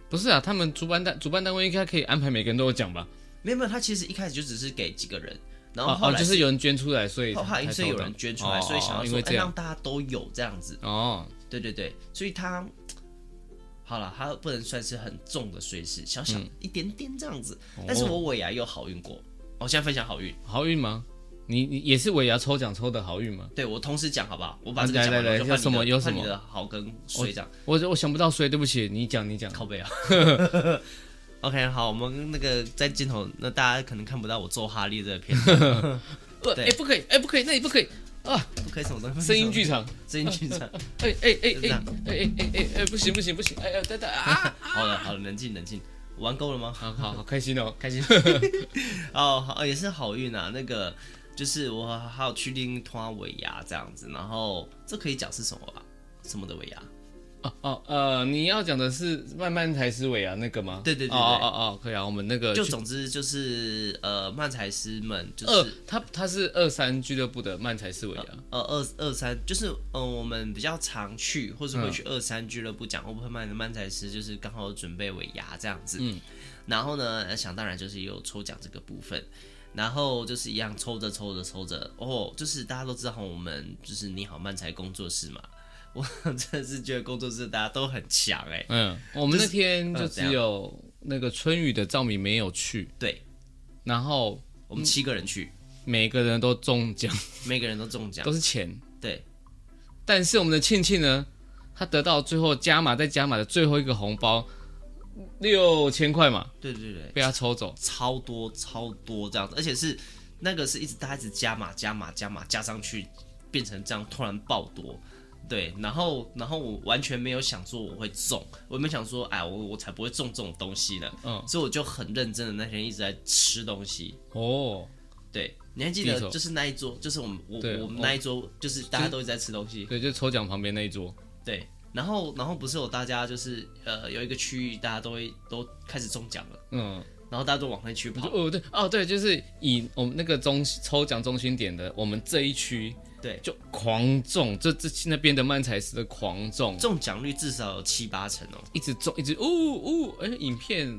S1: 不是啊，他们主办单主办单位应该可以安排每个人都有奖吧？
S2: 没有没有，他其实一开始就只是给几个人，然后
S1: 哦
S2: 后
S1: 哦，
S2: 来、
S1: 就是有人捐出来，所以
S2: 后后
S1: 才
S2: 来
S1: 抽
S2: 是有
S1: 到
S2: 人捐出来，
S1: 哦
S2: 所以想
S1: 哦
S2: 要
S1: 因
S2: 说
S1: 为、
S2: 哎
S1: 这样
S2: 让大家都有这样子。
S1: 哦，
S2: 对对对，所以他好了，他不能算是很重的碎事，小
S1: 嗯
S2: 小一点点这样子。
S1: 哦
S2: 但是我尾牙又好运过，哦我现在分享好运，
S1: 好运吗？你你也是尾牙抽奖抽的好运吗？
S2: 对我同时讲好不好？我把这个
S1: 来
S2: 讲完，
S1: 啊来来
S2: 我就换
S1: 有什么
S2: 你的
S1: 有
S2: 换
S1: 什么
S2: 你的好跟碎这样。
S1: 我我想不到，所以对不起，你讲你讲。
S2: 靠背啊。OK，好，我们那个在镜头，那大家可能看不到我揍哈利这个片 段，
S1: 不，哎、
S2: 对
S1: 不可以，哎、不可以，那你不可以。
S2: 不可以什么东西，
S1: 声音剧场，
S2: 声音剧场。
S1: 哎哎哎
S2: 就这
S1: 哎
S2: 样
S1: 哎哎哎哎，不行不行不行，哎哎等等啊！
S2: 好了好了，冷静冷静，玩够了吗？
S1: 好好好开心哦，
S2: 开心。哦，好，也是好运啊。那个就是我还有去拎拖尾牙这样子，然后这可以讲是什么吧？什么的尾牙？
S1: 哦 哦呃，你要讲的是慢慢才思维啊那个吗？
S2: 对对对对
S1: 哦哦哦，可以啊，我们那个
S2: 就
S1: 去呃
S2: 总之就是呃，漫才师们就
S1: 二
S2: 是。，
S1: 他他是二三俱乐部的慢才思维啊。
S2: 呃，二二三就是嗯、呃我们比较常去，或是会去二三俱乐部讲 open mind 的漫才师，就是刚好有准备尾牙这样子。嗯，然后呢，想当然就是有抽奖这个部分，然后就是一样抽着抽着抽着，哦，就是大家都知道我们就是你好漫才工作室嘛，我真的是觉得工作室大家都很强哎、
S1: 嗯，我们那天
S2: 就
S1: 就
S2: 是呃怎样
S1: 只有那个春雨的赵米没有去，
S2: 对
S1: 然后
S2: 我们七个人去，
S1: 每个人都中奖，
S2: 每个人都中奖
S1: 都，是钱。
S2: 对，
S1: 但是我们的庆庆呢，他得到最后加码再加码的最后一个红包，六千块嘛，
S2: 对对对，
S1: 被他抽走。
S2: 超多超多这样子，而且是那个是一直大家一直加码加码加码加上去，变成这样突然爆多。对，然后然后我完全没有想说我会中，我也没想说哎我我才不会中这种东西呢。
S1: 嗯，
S2: 所以我就很认真的那天一直在吃东西。
S1: 哦，
S2: 对，你还记
S1: 第一
S2: 得
S1: 手
S2: 就是那一桌，就是我们我
S1: 对
S2: 我们
S1: 哦
S2: 那一桌就是大家都一直在吃东西。
S1: 对，就抽奖旁边那一桌。
S2: 对，然后然后不是有大家就是呃有一个区域大家都会都开始中奖了，
S1: 嗯，
S2: 然后大家都往那区
S1: 我就
S2: 跑。
S1: 哦对哦对，就是以我们那个中抽奖中心点的，我们这一区
S2: 对，
S1: 就狂中，这这那边的漫才师的狂中，
S2: 中奖率至少有七八成哦。
S1: 一直中一直呜呜，哎、影片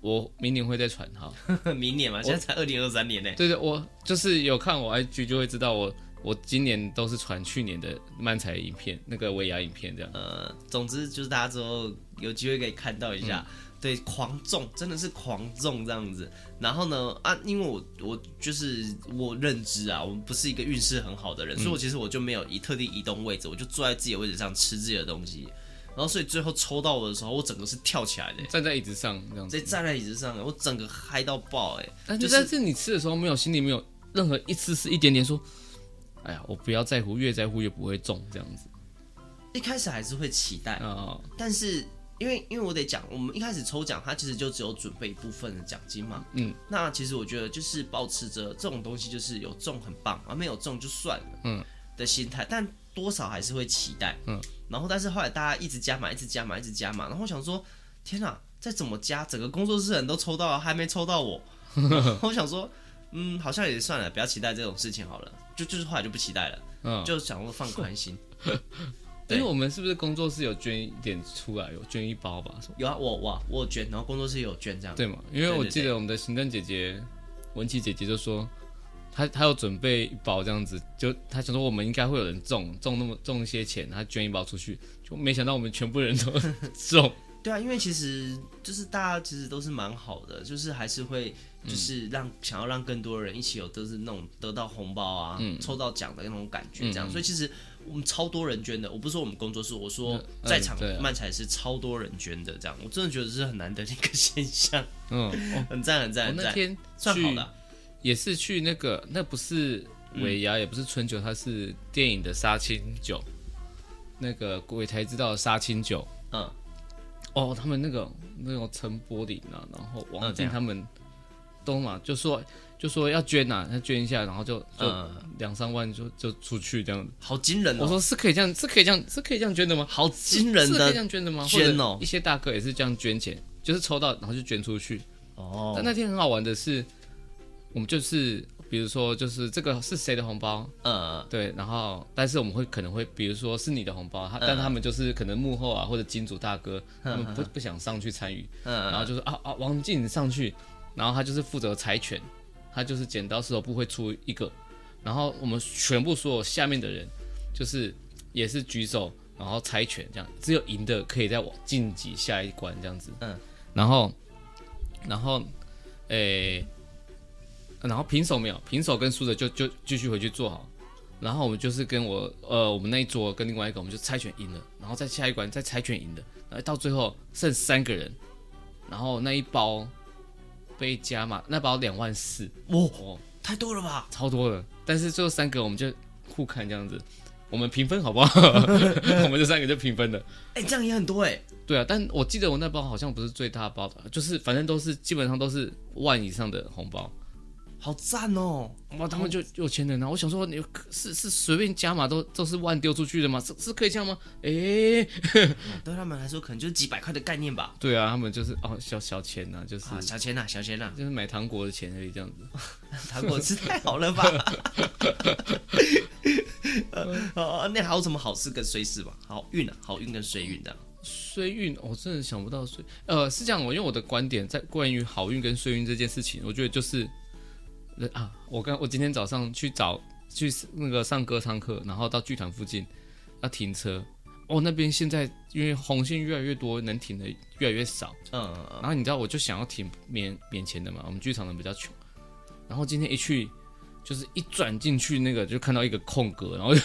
S1: 我明年会再传哈。
S2: 明年嘛，现在才二零二三年呢、
S1: 对对，我就是有看我 IG 就会知道我我今年都是传去年的漫才影片，那个尾牙影片这样。
S2: 呃，总之就是大家之后有机会可以看到一下，对，狂中真的是狂中这样子。然后呢，啊，因为我我就是我认知啊，我不是一个运势很好的人，所以我其实我就没有移特地移动位置，我就坐在自己的位置上吃自己的东西。然后所以最后抽到我的时候，我整个是跳起来的、
S1: 站在椅子上这样子，
S2: 直接站在椅子上，我整个嗨到爆哎、
S1: 但
S2: 就是
S1: 但是你吃的时候没有心里没有任何一丝丝一点点说，哎呀，我不要在乎，越在乎越不会中这样子
S2: 一开始还是会期待，
S1: 啊、
S2: 但是因为因为我得讲，我们一开始抽奖，它其实就只有准备一部分的奖金嘛。
S1: 嗯，
S2: 那其实我觉得就是保持着这种东西，就是有中很棒，啊没有中就算了，嗯的心态，但多少还是会期待，嗯。然后但是后来大家一直加码，一直加码，一直加码，然后我想说，天哪，再怎么加，整个工作室的人都抽到了，还没抽到我，然后我想说。嗯，好像也算了，不要期待这种事情好了，就就是后来就不期待了，
S1: 嗯
S2: 就想说放宽心。
S1: 因为我们是不是工作室有捐一点出来，有捐一包吧？
S2: 有啊，我我我有捐，然后工作室也有捐这样。
S1: 对嘛？因为
S2: 啊对对
S1: 我记得我们的行政姐姐文琪姐姐就说，她她有准备一包这样子，就她想说我们应该会有人中中那么中一些钱，她捐一包出去，就没想到我们全部人都 中。
S2: 对啊，因为其实就是大家其实都是蛮好的，就是还是会
S1: 嗯
S2: 就是让、想要让更多人一起有都是那种得到红包啊、
S1: 嗯
S2: 抽到奖的那种感觉，这样。所以其实我们超多人捐的，我不是说我们工作室，我说
S1: 嗯
S2: 在场
S1: 对啊
S2: 漫才是超多人捐的，这样。我真的觉得这是很难得的一个现象，
S1: 嗯，哦
S2: 很赞很赞
S1: 我
S2: 很
S1: 那
S2: 赞，
S1: 天
S2: 算好啊
S1: 去
S2: 了。
S1: 也是去那个那不是尾牙，也不是春酒，它是电影的杀青酒，那个鬼才知道的杀青酒。
S2: 嗯，
S1: 哦，他们那个那种陈柏霖啊，然后王
S2: 嗯怎
S1: 静
S2: 样
S1: 他们都嘛，就说就说要捐呐、啊，要捐一下，然后就就
S2: 嗯
S1: 两三万就就出去这样子。
S2: 好惊人
S1: 我
S2: 哦，
S1: 说是可以这样，是可以这样，是可以这样捐的吗？
S2: 好惊人
S1: 是可以这
S2: 的
S1: 样捐的吗？
S2: 捐哦
S1: 或者一些大哥也是这样捐钱，就是抽到然后就捐出去。
S2: 哦
S1: 但，那天很好玩的是，我们就是比如说就是这个是谁的红包，
S2: 呃，
S1: 对，然后但是我们会可能会，比如说是你的红包，他、但他们就是可能幕后啊或者金主大哥，他们不不想上去参与，然后就是啊啊王静上去，然后他就是负责裁拳，他就是剪刀石头布会出一个，然后我们全部所有下面的人就是也是举手，然后猜拳这样，只有赢的可以再往晋级下一关这样子，
S2: 嗯，
S1: 然后然后诶、然后平手没有，平手跟输的就就继续回去做好。然后我们就是跟我呃，我们那一桌跟另外一个，我们就猜拳赢了，然后再下一关再猜拳赢的，然后到最后剩三个人，然后那一包被加嘛，那包两万四
S2: 哇、
S1: 哦，
S2: 太多了吧？
S1: 超多了。但是最后三个我们就互看这样子，我们平分好不好？我们这三个就平分了。
S2: 哎、这样也很多哎、
S1: 对啊，但我记得我那包好像不是最大包的，就是反正都是基本上都是万以上的红包。
S2: 好赞哦！
S1: 哇，他们就有钱人啊！我想说，你是是随便加码都都是万丢出去的吗？是是可以这样吗？诶、嗯
S2: 对他们来说，可能就是几百块的概念吧。
S1: 对啊，他们就是哦小小钱呐、就是、
S2: 啊，小钱呐、小钱呐、
S1: 就是买糖果的钱而已，这样子。
S2: 糖果吃太 好了吧？呃，那还有什么好事跟衰事吧？好运啊，好运跟衰运的、
S1: 衰运，哦我真的想不到衰，呃，是这样，我因为我的观点在关于好运跟衰运这件事情，我觉得就是，呃啊，我刚我今天早上去找去那个上歌唱课，然后到剧团附近要停车，哦，那边现在因为红线越来越多，能停的越来越少。
S2: 嗯，
S1: 然后你知道，我就想要挺免免钱的嘛，我们剧场人比较穷。然后今天一去，就是一转进去那个，就看到一个空格，然后就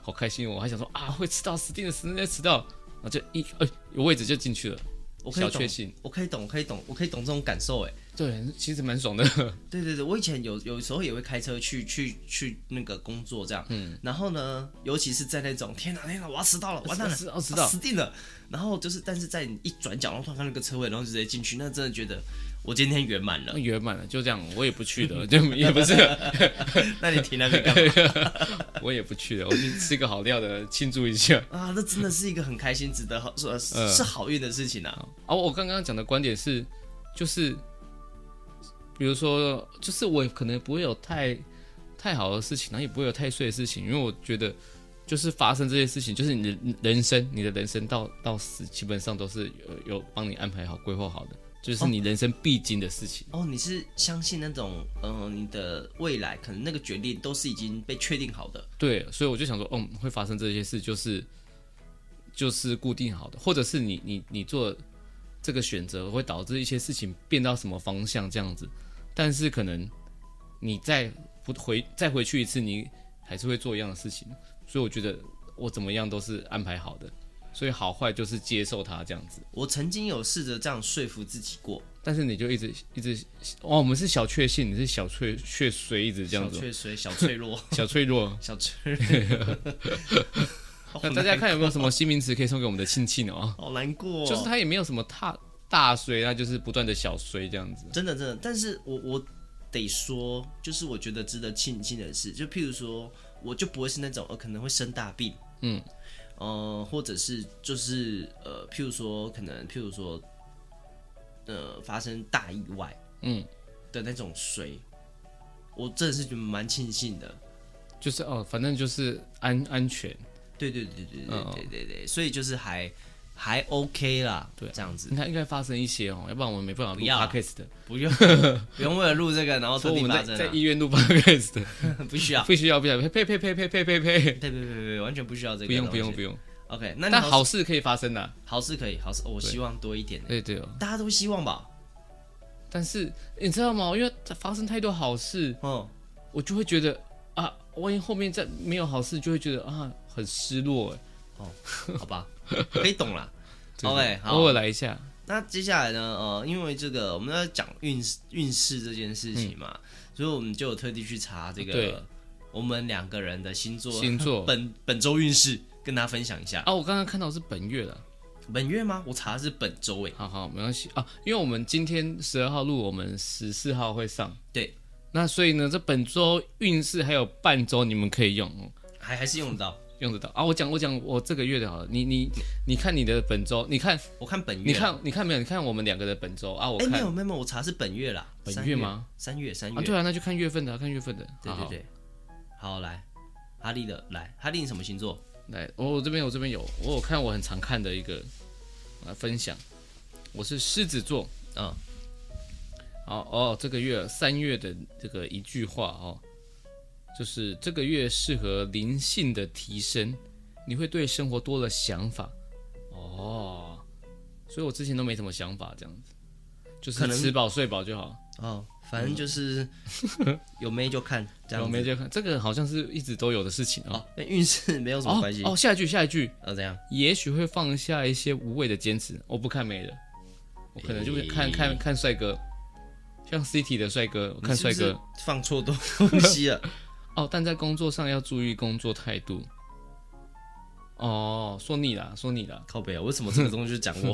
S1: 好开心哦，我还想说啊，会迟到，死定了，死定了，迟到。然后就一哎、有位置就进去了，
S2: 我可以
S1: 小
S2: 懂
S1: 确，幸。
S2: 我可以懂，我可以懂，我可以懂这种感受哎。
S1: 对，其实蛮爽的。
S2: 对对对，我以前有有时候也会开车去去去那个工作这样，嗯，然后呢，尤其是在那种天哪天哪，我要迟到了，完蛋了，
S1: 迟到迟到
S2: 啊死定了。然后就是，但是在你一转角，然后突然看到一个车位，然后就直接进去，那真的觉得我今天圆满了
S1: 那。圆满了，就这样，我也不去的，就也不是，
S2: 那你停那边干嘛？
S1: 我也不去的，我去吃个好料的庆祝一下。
S2: 啊，那真的是一个很开心、值得好是
S1: 嗯
S2: 是好运的事情啊。
S1: 啊，我刚刚讲的观点是，就是，比如说，就是我可能不会有太太好的事情，然后也不会有太碎的事情，因为我觉得，就是发生这些事情，就是你的人生，你的人生到到死，基本上都是有有帮你安排好、规划好的。就是你人生必经的事情。
S2: 哦，你是相信那种，呃，你的未来可能那个决定都是已经被确定好的，
S1: 对，所以我就想说，嗯，会发生这些事，就是就是固定好的，或者是你你你做这个选择会导致一些事情变到什么方向这样子，但是可能你再不回再回去一次，你还是会做一样的事情，所以我觉得我怎么样都是安排好的，所以好坏就是接受它这样子。
S2: 我曾经有试着这样说服自己过，
S1: 但是你就一直一直哦，我们是小确幸，你是小确确虽，一直这样
S2: 小
S1: 子，
S2: 脆水、小脆弱、
S1: 小脆弱。
S2: 小 脆弱， 好
S1: 那
S2: 难
S1: 大家看有没有什么新名词可以送给我们的庆庆哦？
S2: 好难过、哦，
S1: 就是它也没有什么大大衰，它就是不断的小衰这样子。
S2: 真的真的，但是我我得说，就是我觉得值得庆幸的事，就譬如说，我就不会是那种呃可能会生大病，
S1: 嗯，
S2: 呃，或者是就是呃，譬如说可能譬如说，呃，发生大意外，
S1: 嗯，
S2: 的那种谁，我真的是觉得蛮庆幸的。
S1: 就是哦，反正就是安安全，
S2: 对对对对对
S1: 嗯
S2: 对对对，所以就是还还 OK 啦，
S1: 对
S2: 这样子
S1: 应该应该发生一些哦，要不然我们没办法录
S2: 不要啊
S1: podcast 的。
S2: 不用不用为了录这个，然后特
S1: 所以
S2: 地
S1: 我们
S2: 发
S1: 在
S2: 生
S1: 在
S2: 啊
S1: 医院录 podcast 的，
S2: 不需要，
S1: 必须要必须要呸呸呸呸呸呸呸，
S2: 对对对对对，完全不需要这个
S1: 不用
S2: 东
S1: 不
S2: 西
S1: 用不用。
S2: OK，那你
S1: 但
S2: 好
S1: 好事可以发生的，
S2: 好事可以，好事、哦我希望多一点，
S1: 对对哦。
S2: 大家都希望吧。
S1: 但是你知道吗？因为发生太多好事，
S2: 嗯，
S1: 我就会觉得啊，万一后面再没有好事，就会觉得啊很失落哎。
S2: 好吧，可以 懂啦。
S1: 对
S2: OK，好
S1: 偶。尔来一下，
S2: 那接下来呢？呃，因为这个我们要讲运势运势这件事情嘛，所以我们就有特地去查这
S1: 嗯对
S2: 个我们两个人的星座
S1: 星座
S2: 本本周运势，跟大家分享一下。
S1: 啊，我刚刚看到是本月了。
S2: 本月吗？我查的是本周诶。
S1: 好好，没关系啊，因为我们今天十二号录，我们十四号会上。
S2: 对，
S1: 那所以呢，这本周运势还有半周，你们可以用哦
S2: 还还是用得到。
S1: 用得到啊。我讲我讲我这个月的好了，你你你看你的本周，你看
S2: 我看本月，
S1: 你，看你看没有？你看我们两个的本周啊，我
S2: 哎、没
S1: 看
S2: 有没有没有，我查是本月啦。
S1: 本
S2: 三
S1: 月吗？
S2: 三月三月。
S1: 啊，对啊，那就看月份的啊，看月份的。
S2: 对
S1: 好
S2: 对
S1: 好，
S2: 对。好，来，哈利的来，哈利你什么星座？
S1: 来，我我这边我这边有，我有看我很常看的一个啊分享，我是狮子座，啊
S2: 嗯，
S1: 好哦，这个月三月的这个一句话哦，就是这个月适合灵性的提升，你会对生活多了想法哦。所以我之前都没什么想法，这样子，就是
S2: 可能
S1: 吃饱睡饱就好。
S2: 哦，反正就是有妹就看这
S1: 然后
S2: 样
S1: 没嗯
S2: 子。
S1: 就看这个好像是一直都有的事情哦。
S2: 哦，跟运势没有什么关系。
S1: 哦，
S2: 哦，
S1: 哦下一句下一句，
S2: 怎样？
S1: 也许会放下一些无谓的坚持。我不看美人，我可能就会看看看帅哥，像 City 的帅哥，我看帅哥。
S2: 你是不是放错东东 西了。
S1: 哦，但在工作上要注意工作态度。哦，说你啦，说你啦，
S2: 靠北啊！为什么这个东西就讲 我？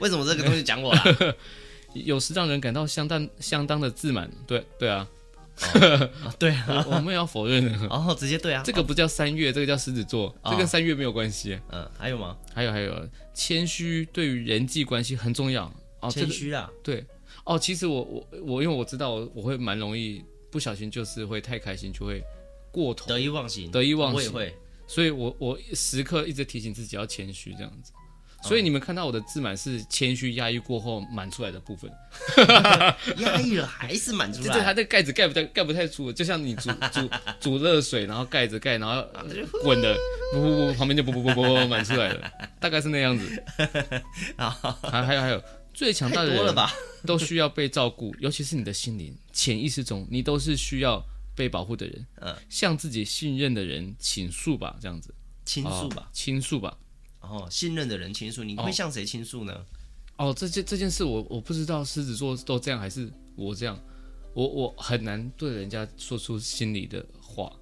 S2: 为什么这个东西讲我啊啦？
S1: 有时让人感到相当相当的自满。对对啊，
S2: 啊对啊，
S1: 我我们也要否认 的。
S2: 然后直接对啊。
S1: 这个不叫三月，这个叫狮子座，
S2: 哦
S1: 这跟三月没有关系。
S2: 嗯，还有吗？
S1: 还有还有，谦虚对于人际关系很重要。哦，这
S2: 谦
S1: 个
S2: 虚啊啦。
S1: 对。哦，其实我我我，因为我知道我我会蛮容易不小心就是会太开心就会过头，
S2: 得意忘形，
S1: 得意忘
S2: 我也
S1: 形。
S2: 会。
S1: 所以我我时刻一直提醒自己要谦虚这样子。
S2: 嗯
S1: 所以你们看到我的自满是谦虚压抑过后满出来的部分，
S2: 压抑了还是满出
S1: 就是它
S2: 来。
S1: 这盖子盖不太盖不太住，就像你煮煮煮热水，然后盖子盖，然后滚的，不不不，旁边就不不不不不满出来了，大概是那样子。
S2: 啊，
S1: 还还有还有，最强
S2: 太
S1: 大的
S2: 多了
S1: 人
S2: 吧？
S1: 都需要被照顾，尤其是你的心灵，潜意识中你都是需要被保护的人。
S2: 嗯
S1: 向自己信任的人倾诉吧，这样子，
S2: 倾诉吧。
S1: 哦，倾诉吧。
S2: 然后信任的人倾诉，你会向谁倾诉呢？
S1: 哦，这件这件事我我不知道狮子座都这样还是我这样，我我很难对人家说出心里的话。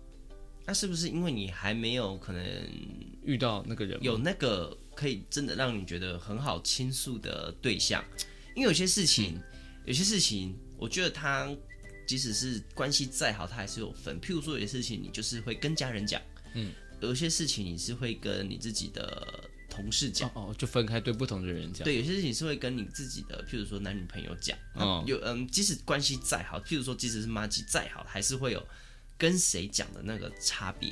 S2: 那是不是因为你还没有可能
S1: 遇到那个人吗
S2: 有那个可以真的让你觉得很好倾诉的对象，因为有些事
S1: 嗯
S2: 情，有些事情，我觉得他即使是关系再好，他还是有分。譬如说，有些事情你就是会跟家人讲，嗯，有些事情你是会跟你自己的同事讲。
S1: 哦哦，就分开对不同的人讲。
S2: 对，有些事情是会跟你自己的，譬如说男女朋友讲，
S1: 哦
S2: 有嗯，即使关系再好，譬如说即使是妈鸡再好，还是会有跟谁讲的那个差别。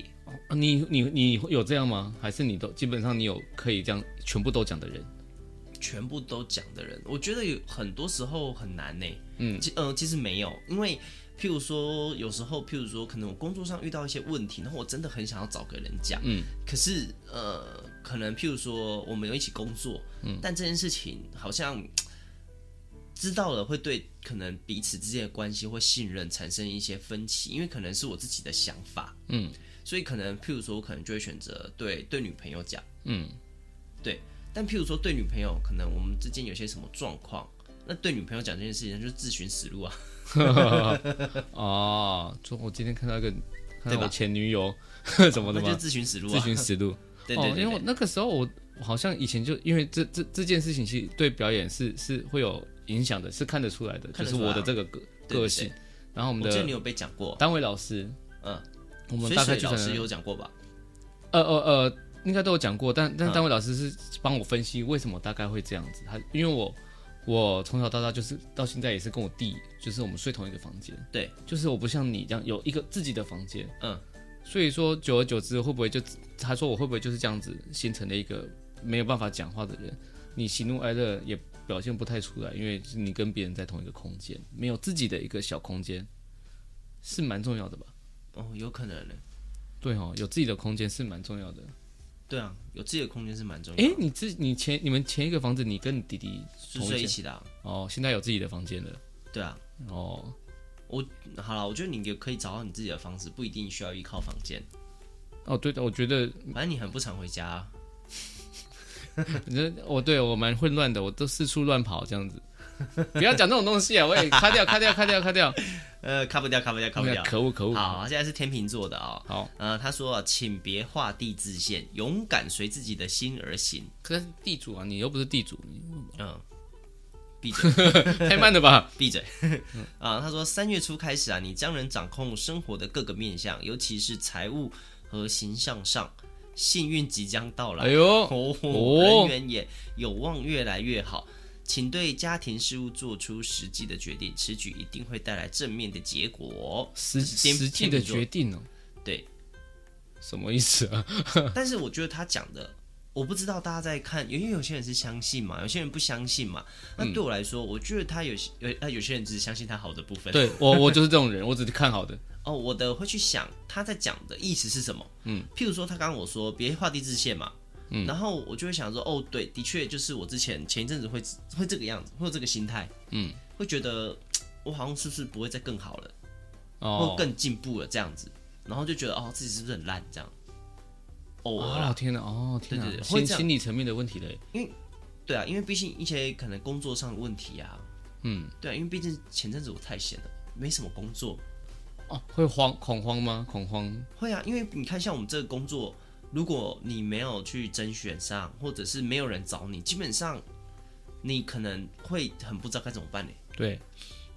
S1: 哦你你你有这样吗？还是你都基本上你有可以这样全部都讲的人？
S2: 全部都讲的人，我觉得有很多时候很难呢、
S1: 嗯
S2: 其呃，其实没有，因为譬如说，有时候譬如说，可能我工作上遇到一些问题，然后我真的很想要找个人讲，
S1: 嗯，
S2: 可是呃，可能譬如说我们有一起工作，嗯，但这件事情好像知道了会对可能彼此之间的关系或信任产生一些分歧，因为可能是我自己的想法，
S1: 嗯，
S2: 所以可能譬如说我可能就会选择对对女朋友讲。
S1: 嗯
S2: 但譬如说对女朋友，可能我们之间有些什么状况，那对女朋友讲这件事情就是自寻死 路啊。
S1: 哦，就我今天看到一个，看
S2: 对
S1: 到
S2: 吧
S1: 我前女友 怎么的
S2: 那就是
S1: 吗？
S2: 自寻死路
S1: 咨
S2: 啊。
S1: 询思路。
S2: 对对
S1: 哦，
S2: 对
S1: 因为我
S2: 对，
S1: 那个时候我我好像以前就因为这这这件事情，其实对表演是是会有影响的，是看得出来的，就
S2: 看得
S1: 是
S2: 出来
S1: 我
S2: 啊
S1: 的这个个
S2: 对对
S1: 个性。然后我们
S2: 我记得你
S1: 的
S2: 有被讲过，
S1: 单位老师，
S2: 嗯，
S1: 我们
S2: 水
S1: 大概
S2: 水
S1: 就
S2: 老
S1: 可
S2: 师
S1: 能
S2: 有讲过吧？
S1: 呃呃呃，应该都有讲过，但
S2: 嗯
S1: 但单位老师是帮我分析为什么大概会这样子。他因为我我从小到大就是到现在也是跟我弟，就是我们睡同一个房间。
S2: 对，
S1: 就是我不像你这样有一个自己的房间。
S2: 嗯，
S1: 所以说久而久之会不会就他说我会不会就是这样子形成了一个没有办法讲话的人？你喜怒哀乐也表现不太出来，因为你跟别人在同一个空间，没有自己的一个小空间，是蛮重要的吧？
S2: 哦，有可能呢。
S1: 对哦，有自己的空间是蛮重要的。
S2: 对啊，有自己的空间是蛮重要
S1: 哎、
S2: 的。
S1: 你自你前你们前一个房子，你跟你弟弟
S2: 是
S1: 同
S2: 睡一
S1: 间
S2: 起的、啊。
S1: 哦，现在有自己的房间了
S2: 对啊，
S1: 哦。
S2: 好了，我觉得你也可以找到你自己的方式，不一定需要依靠房间。
S1: 哦，对的，我觉得
S2: 反正你很不常回家、啊，
S1: 你这我对我蛮混乱的，我都四处乱跑这样子。 不要讲这种东西啊！我也卡掉，卡掉，卡掉，卡掉。
S2: 呃，卡不掉， 卡不掉，卡不
S1: 哎
S2: 掉
S1: 呀。可恶，可恶！
S2: 好，现在是天秤座的哦。
S1: 好，
S2: 呃，他说啊，请别画地自限，勇敢随自己的心而行。
S1: 可是地主啊，你又不是地主，你
S2: 嗯，闭嘴，
S1: 太慢了 吧？
S2: 闭嘴。啊，他说三月初开始啊，你将能掌控生活的各个面向，尤其是财务和形象上，幸运即将到来。
S1: 哎呦，
S2: 哦，
S1: 哦
S2: 人缘也有望越来越好。请对家庭事务做出实际的决定，此举一定会带来正面的结果哦。
S1: 实
S2: 这是天
S1: 实际的
S2: 天秤座
S1: 决定哦，
S2: 对，
S1: 什么意思啊？
S2: 但是我觉得他讲的，我不知道大家在看，因为有些人是相信嘛，有些人不相信嘛。那
S1: 嗯
S2: 对我来说，我觉得他有些有呃有些人只是相信他好的部分。
S1: 对我，我就是这种人，我 只是看好的。
S2: 哦，我的会去想他在讲的意思是什么。嗯，譬如说他刚刚我说别画地自限嘛。嗯，然后我就会想说，哦，对，的确就是我之前前一阵子会会这个样子，会有这个心态，嗯，会觉得嘖我好像是不是不会再更好了，或
S1: 哦，
S2: 更进步了这样子，然后就觉得哦自己是不是很烂这样，偶尔啦，
S1: 哦，天哪，哦，天
S2: 对
S1: 哪，
S2: 对对会
S1: 心
S2: 这样
S1: 心理层面的问题嘞。
S2: 对啊，因为毕竟一些可能工作上的问题啊，嗯，对啊，因为毕竟前阵子我太闲了，没什么工作，
S1: 哦，会慌恐慌吗？恐慌
S2: 会啊，因为你看，像我们这个工作，如果你没有去甄选上，或者是没有人找你，基本上你可能会很不知道该怎么办嘞。欸
S1: 对，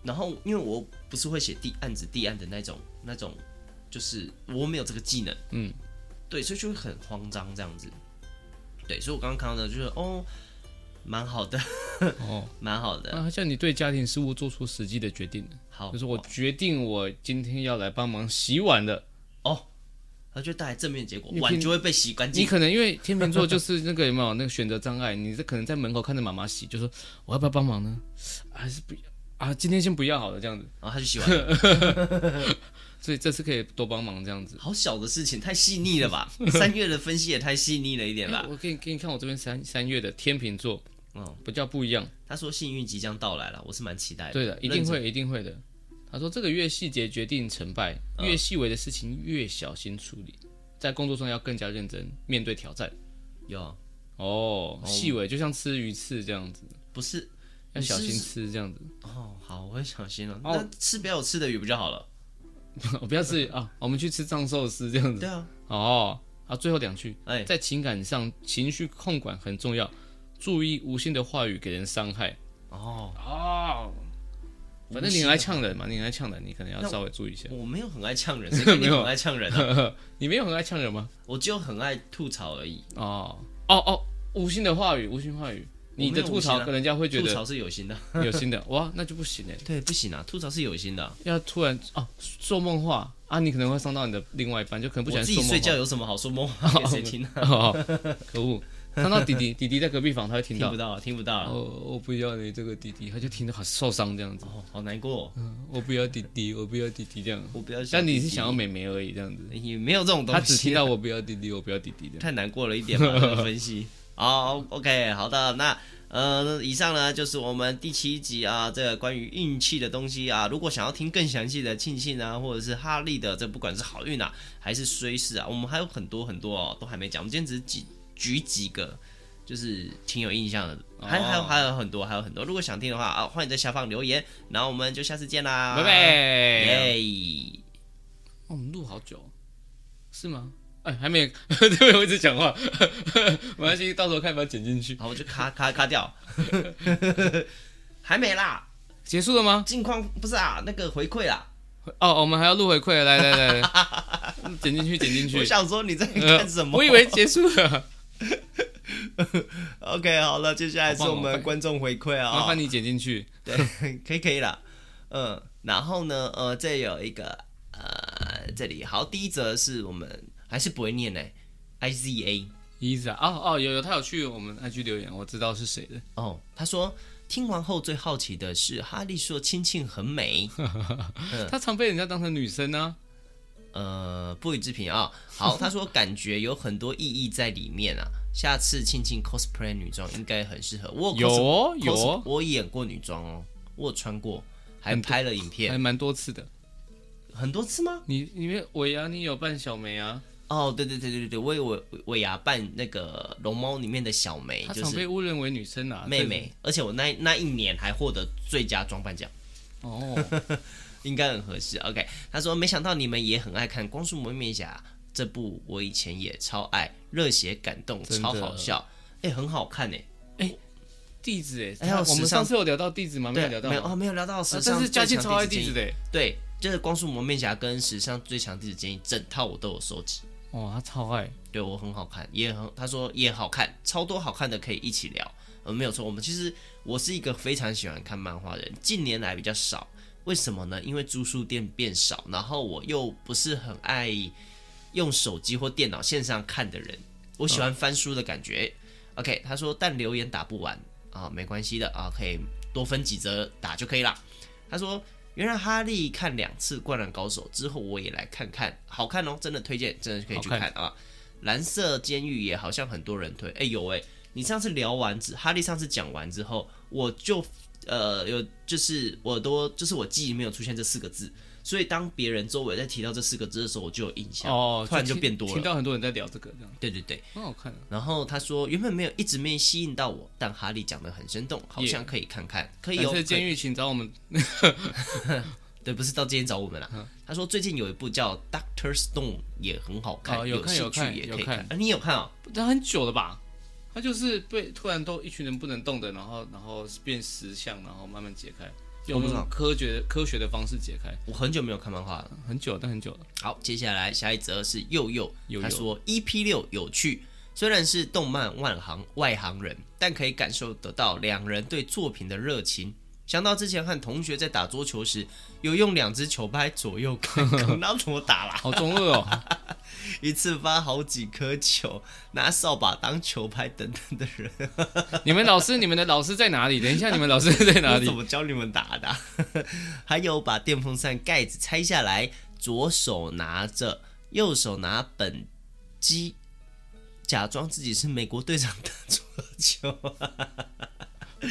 S2: 然后，因为我不是会写地案子地案的那种那种，就是我没有这个技能，嗯，对，所以就会很慌张这样子。对，所以我刚刚看到的就是哦，蛮好的，
S1: 哦，
S2: 蛮好的，
S1: 那他叫你对家庭事务做出实际的决定，
S2: 好，
S1: 就是我决定我今天要来帮忙洗碗了。
S2: 它就带来正面的结果
S1: 你，
S2: 碗
S1: 平
S2: 就会被洗干
S1: 你
S2: 净。
S1: 可能因为天秤座就是那个有没有那个选择障碍，你这可能在门口看着妈妈洗，就说我要不要帮忙呢？还是不要啊？今天先不要好了，这样子。
S2: 然后他就洗完，
S1: 所以这次可以多帮忙这样子。
S2: 好小的事情，太细腻 了吧？三月的分析也太细腻了一点吧
S1: 哎？我给你给你看我这边三三月的天秤座，
S2: 哦，
S1: 比较不一样。
S2: 他说幸运即将到来了，我是蛮期待的。
S1: 对的，一定
S2: 哎认真。
S1: 会一定会的。他说这个越细节决定成败，
S2: 哦
S1: 越细微的事情越小心处理，在工作上要更加认真面对挑战。
S2: 有啊
S1: 哦，细微就像吃鱼刺这样子，
S2: 不是
S1: 要小
S2: 你
S1: 心
S2: 是
S1: 吃这样子。
S2: 哦，好，我会小心了。
S1: 哦
S2: 那吃不要有吃的鱼不就好了？
S1: 我不要吃鱼啊，我们去吃藏寿司这样子。
S2: 对啊，
S1: 哦，啊，最后两句，
S2: 哎
S1: 在情感上情绪控管很重要，注意无心的话语给人伤害。
S2: 哦，
S1: 哦，反正你很爱呛人嘛，你很爱呛人，你可能要稍微注意一下。
S2: 我没有很爱呛人，谁跟你
S1: 没有
S2: 很爱呛人啊？
S1: 你没有很爱呛人吗？
S2: 我就很爱吐槽 而已。
S1: 哦，哦哦，无心的话语，无心话语，你的吐槽
S2: 我没有无心啊
S1: 人家会觉
S2: 吐
S1: 得
S2: 槽是有心的，
S1: 有心的，哇，那就不行哎，
S2: 对，不行啊，吐槽是有心的啊。
S1: 要突然哦说梦话啊，你可能会伤到你的另外一半，就可能不喜
S2: 我
S1: 欢
S2: 自
S1: 说
S2: 己
S1: 梦话
S2: 睡。觉有什么好说梦话给谁听啊？
S1: 哦，可恶！看到弟弟，弟弟在隔壁房，他会听
S2: 听
S1: 到
S2: 不。到，听不到，
S1: 哦，我不要你这个弟弟，他就听得很受伤这样子。
S2: 哦，好难过。
S1: 我不要弟弟，我不要弟弟这样。
S2: 我不要小弟弟，
S1: 但你是想要妹妹而已这样子，
S2: 也没有这种东西
S1: 他
S2: 啊，
S1: 只听到我不要弟弟，我不要弟 弟这样。
S2: 太难过了一点 吧，这个分析。好、o k 好的，那呃，以上呢就是我们第七集啊，这个关于运气的东西啊。如果想要听更详细的庆幸啊，或者是哈利的，这不管是好运啊，还是衰事啊，我们还有很多很多哦，都还没讲。我们今天只是几举几个，就是挺有印象的，还还有
S1: 哦
S2: 还有很多，还有很多。如果想听的话啊，欢迎在下方留言，然后我们就下次见啦，
S1: 拜拜。
S2: 耶、
S1: 哦我们录好久，是吗？哎，还没， 对面我一直讲话， 没关系，到时候看要不要剪进去。
S2: 好，我就咔咔 咔掉， 还没啦。
S1: 结束了吗？
S2: 近况不是啊，那个回馈啦。
S1: 哦，我们还要录回馈，来来来来， 剪进去，剪进去
S2: 我。想说你在
S1: 呃
S2: 干什么？
S1: 我以为结束 了，
S2: OK，好了，接下来是我
S1: 好棒哦
S2: 们观众回馈
S1: 麻
S2: 啊、
S1: 烦你剪进去。
S2: 对， 可以可以啦。嗯，然后呢，呃，这有一个呃，这里好，第一则是我们还是不会念呢、i Z A
S1: 伊莎，哦哦，有有，他有去我们 IG 留言，我知道是谁的。
S2: 哦，他说听完后最好奇的是哈利说亲亲很美， 嗯
S1: 他常被人家当成女生呢、
S2: 呃，不予置评啊。好，他说感觉有很多意义在里面啊。下次亲亲 cosplay 女装应该很适合，我
S1: 有
S2: cos-
S1: 哦有
S2: cos-
S1: 哦，
S2: 我演过女装哦，我有穿过，还拍了影片
S1: 还蛮多次的。
S2: 很多次吗？
S1: 你因为尾牙你有扮小梅啊，
S2: 哦，对对对对对，我有我我牙扮那个龙猫里面的小梅，
S1: 他
S2: 哎就
S1: 常被
S2: 是
S1: 误认为女生啊，
S2: 妹妹，而且我那那一年还获得最佳装扮奖，
S1: 这。 哦，
S2: 应该很合适。OK，他啊说没想到你们也很爱看《光速蒙面侠》这部，我以前也超爱，热血感动，
S1: 真的
S2: 超好笑，哎，很好看哎。
S1: 地址哎，
S2: 哎呀
S1: 他我们
S2: 时尚
S1: 上次有聊到地址吗？没有
S2: 对，
S1: 聊到
S2: 没有
S1: 吗，
S2: 哦，没有聊到时
S1: 啊
S2: 尚
S1: 但是
S2: 最
S1: 嘉庆
S2: 强
S1: 超爱
S2: 地
S1: 地
S2: 址
S1: 址
S2: 建议，
S1: 的哎。
S2: 对，就是《光速蒙面侠》跟《时尚最强地址建议》整套我都有收集。
S1: 哦，他超爱。
S2: 对我很好看，也很他说也好看，超多好看的可以一起聊。呃，没有错，我们其实我是一个非常喜欢看漫画的人，近年来比较少，为什么呢？因为租书店变少，然后我又不是很爱用手机或电脑线上看的人，我喜欢翻书的感觉。OK，他说但留言打不完啊，没关系的啊，可以多分几则打就可以啦。他说原来哈利看两次《灌篮高手》之后，我也来看看，好看哦，真的推荐，真的可以去
S1: 好
S2: 看啊。蓝色监狱也好像很多人推，哎、有哎、你上次聊完之，哈利上次讲完之后，我就呃有就是我都就是我记忆没有出现这四个字，所以当别人周围在提到这四个字的时候，我就有印象，
S1: 哦，
S2: 突然就
S1: 听
S2: 变多
S1: 听
S2: 了。
S1: 到很多人在聊这个，这样
S2: 对对对，
S1: 很好看啊。
S2: 然后他说原本没有一直没吸引到我，但哈利讲的很生动，好像可以看看可以
S1: 蓝
S2: 哎有
S1: 色监狱，请找我们。
S2: 对，不是到今天找我们啦。
S1: 嗯
S2: 他说最近有一部叫《Doctor Stone》也很好看，
S1: 哦有看
S2: 兴
S1: 有
S2: 趣
S1: 看
S2: 也
S1: 有
S2: 可以
S1: 看
S2: 啊，你有看哦？
S1: 他很久了吧？他就是被突然都一群人不能动的，然后然后变石像，然后慢慢解开，
S2: 我
S1: 用
S2: 不知道
S1: 科学科学的方式解开，
S2: 我很久没有看漫画了。
S1: 很久了，但很久了。
S2: 好，接下来下一则是佑佑，
S1: 佑佑
S2: 他说 EP 六有趣，虽然是动漫外行外行人，但可以感受得到两人对作品的热情。想到之前和同学在打桌球时，有用两只球拍左右 看，看到怎么打啦，
S1: 好中二 哦！
S2: 一次发好几颗球，拿扫把当球拍等等的人，
S1: 你们老师，你们的老师在哪里？等一下，你们老师在哪
S2: 我
S1: 里
S2: 怎？么教你们打的啊、 还有把电风扇盖子拆下来，左手拿着，右手拿本机，假装自己是美国队长打桌球。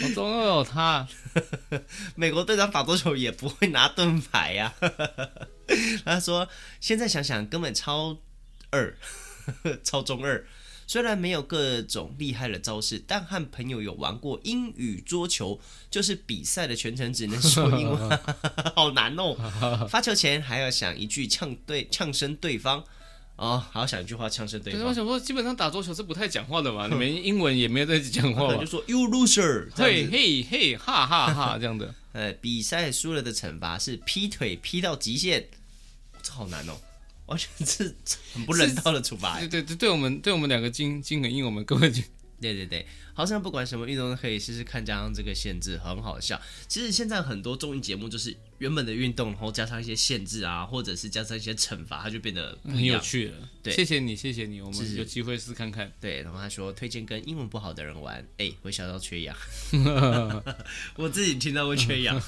S1: 好中二哦，他
S2: 美国队长打桌球也不会拿盾牌呀、 他说：“现在想想，根本超二， 超中二。虽然没有各种厉害的招式，但和朋友有玩过英语桌球，就是比赛的全程只能说英文， 好难哦。发球前还要想一句呛对呛声对方，哦，还要想一句话呛声对
S1: 可是
S2: 方
S1: 我，想说，基本上打桌球是不太讲话的 嘛，你们英文也没有在讲
S2: 可
S1: 话
S2: 能
S1: 吧
S2: 就？说 you loser 这样
S1: 嘿
S2: 子。
S1: 嘿嘿，哈哈哈，这样的。
S2: 呃，比赛输了的惩罚是劈腿劈到极限，这好难哦，完全是很不人道的处罚
S1: 对。对对，对我们对我们两个筋筋很硬，我们根本就
S2: 对对对，好像不管什么运动都可以试试看，加上这个限制很好笑。其实现在很多综艺节目就是原本的运动，然后加上一些限制啊，或者是加上一些惩罚，它就变得不
S1: 很
S2: 一
S1: 有
S2: 样。
S1: 趣了。
S2: 对
S1: 谢谢你，谢谢你，我
S2: 是
S1: 们有机会试看 看。
S2: 对，然后他说推荐跟英文不好的人玩，哎，会笑到缺氧。我自己听到会缺氧。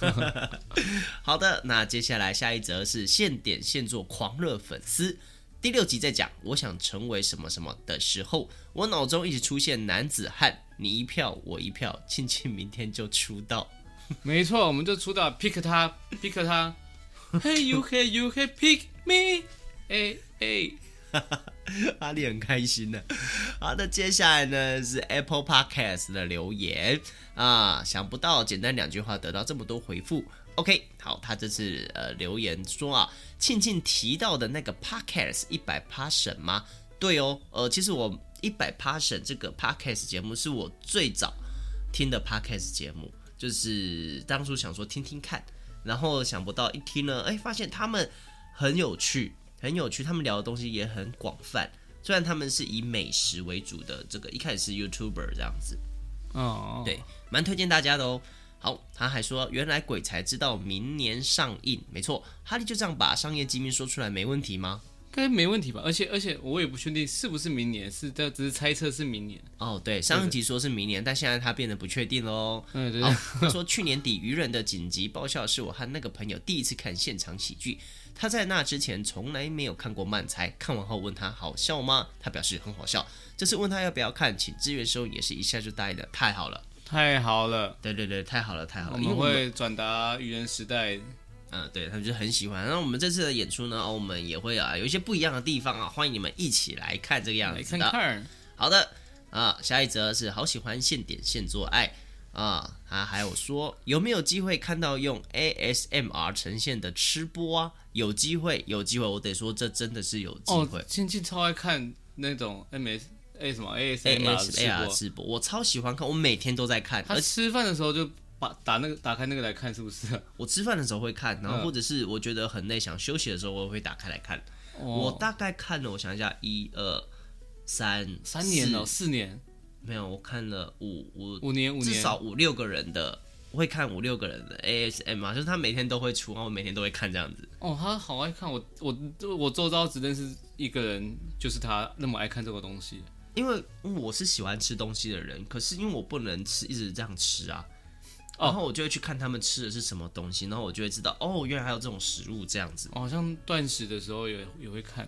S2: 好的，那接下来下一则是现点现做狂热粉丝。第六集在讲我想成为什么什么的时候，我脑中一直出现男子汉，你一票我一票，庆庆明天就出道。
S1: 没错，我们就出道 pick 他，pick 他。Hey you, hey you, hey pick me。哎哎，
S2: 阿力很开心呢。好的，接下来呢是 Apple Podcast 的留言啊，想不到简单两句话得到这么多回复。OK，好，他这次呃留言说啊，庆庆提到的那个 Podcast 一百 passion 吗？对哦，呃，其实我一百 passion 这个 Podcast 节目是我最早听的 Podcast 节目，就是当初想说听听看，然后想不到一听呢，哎，发现他们很有趣，很有趣，他们聊的东西也很广泛。虽然他们是以美食为主的，这个一开始是 YouTuber 这样子，
S1: 哦，
S2: 对，蛮推荐大家的哦。好，他还说，原来鬼才知道明年上映，没错，哈利就这样把商业机密说出来，没问题吗？
S1: 应该没问题吧？而且而且我也不确定是不是明年，是这只是猜测是明年。
S2: 哦，对，上一集说是明年，但现在他变得不确定喽。
S1: 嗯，对
S2: 好，他说去年底愚人的紧急爆笑是我和那个朋友第一次看现场喜剧，他在那之前从来没有看过漫才，看完后问他好笑吗？他表示很好笑。这次问他要不要看，请支援时候也是一下就答应了，太好了，
S1: 太好了，
S2: 对对对，太好了，太好
S1: 我
S2: 了，因为
S1: 们
S2: 我们
S1: 会转达愚人时代。
S2: 嗯，对他们就很喜欢。那我们这次的演出呢，哦我们也会啊有一些不一样的地方啊，欢迎你们一起来看这个样
S1: 来
S2: 子
S1: 看
S2: 的。
S1: 看，
S2: 好的啊，下一则是好喜欢现点现做爱啊，他还有说有没有机会看到用 ASMR 呈现的吃播啊？有机会，有机会，我得说这真的是有机
S1: 哦
S2: 会。，
S1: 亲戚超爱看那种 M S 哎什么 A S M 啊直
S2: ASMR
S1: 播，
S2: 吃播，我超喜欢看，我每天都在看，
S1: 他
S2: 而且
S1: 吃饭的时候就把打那个打开那个来看，是不是？
S2: 我吃饭的时候会看，然后
S1: 嗯
S2: 或者是我觉得很累想休息的时候，我会打开来看。我
S1: 哦，
S2: 大概看了，我想一下，一二三，
S1: 三年
S2: 四
S1: 了，四年，
S2: 没有，我看了五五
S1: 五年，五
S2: 至
S1: 年，
S2: 少五六个人的，我会看五六个人的 ASM 啊，就是他每天都会出，然后我每天都会看这样子。
S1: 哦，他好爱看我，我我周遭只认识一个人，就是他那么爱看这个东西。
S2: 因为我是喜欢吃东西的人，可是因为我不能吃一直这样吃啊，
S1: 哦
S2: 然后我就会去看他们吃的是什么东西，然后我就会知道哦，原来还有这种食物这样子。
S1: 哦好像断食的时候也也会看，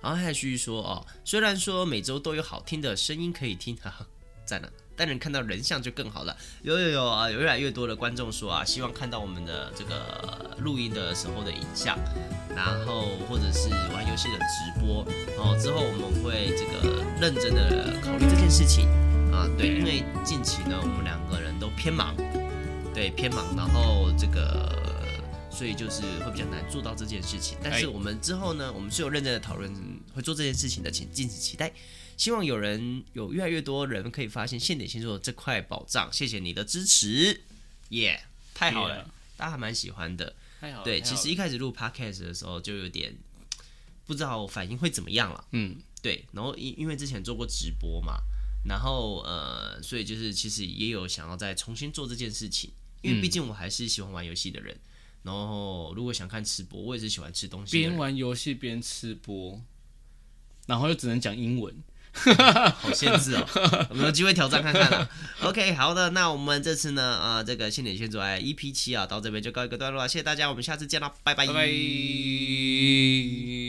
S2: 然后还继续说哦，虽然说每周都有好听的声音可以听，哈哈， 赞了。但能看到人像就更好了。有有有啊，有越来越多的观众说啊，希望看到我们的这个录音的时候的影像，然后或者是玩游戏的直播哦。之后我们会这个认真的考虑这件事情啊。对，因为近期呢，我们两个人都偏忙，对偏忙，然后这个所以就是会比较难做到这件事情。但是
S1: 哎
S2: 我们之后呢，我们是有认真的讨论会做这件事情的，请敬请期待。希望有人有越来越多人可以发现现点星座这块宝藏，谢谢你的支持，耶、太好了
S1: Yeah
S2: 大家还蛮喜欢的。
S1: 太好了。
S2: 对，
S1: 太好
S2: 其
S1: 了
S2: 实一开始录 podcast 的时候就有点不知道反应会怎么样了。
S1: 嗯，
S2: 对，然后因因为之前做过直播嘛，然后呃，所以就是其实也有想要再重新做这件事情，因为毕竟我还是喜欢玩游戏的人。然后如果想看吃播，我也是喜欢吃东西的
S1: 边
S2: 人，
S1: 玩游戏边吃播，然后又只能讲英文。
S2: 好限制哦，有没有机会挑战看看啊？OK，好的，那我们这次呢，呃，这个现点现做哎啊 EP 七啊，到这边就告一个段落了，谢谢大家，我们下次见啦，拜
S1: 拜拜。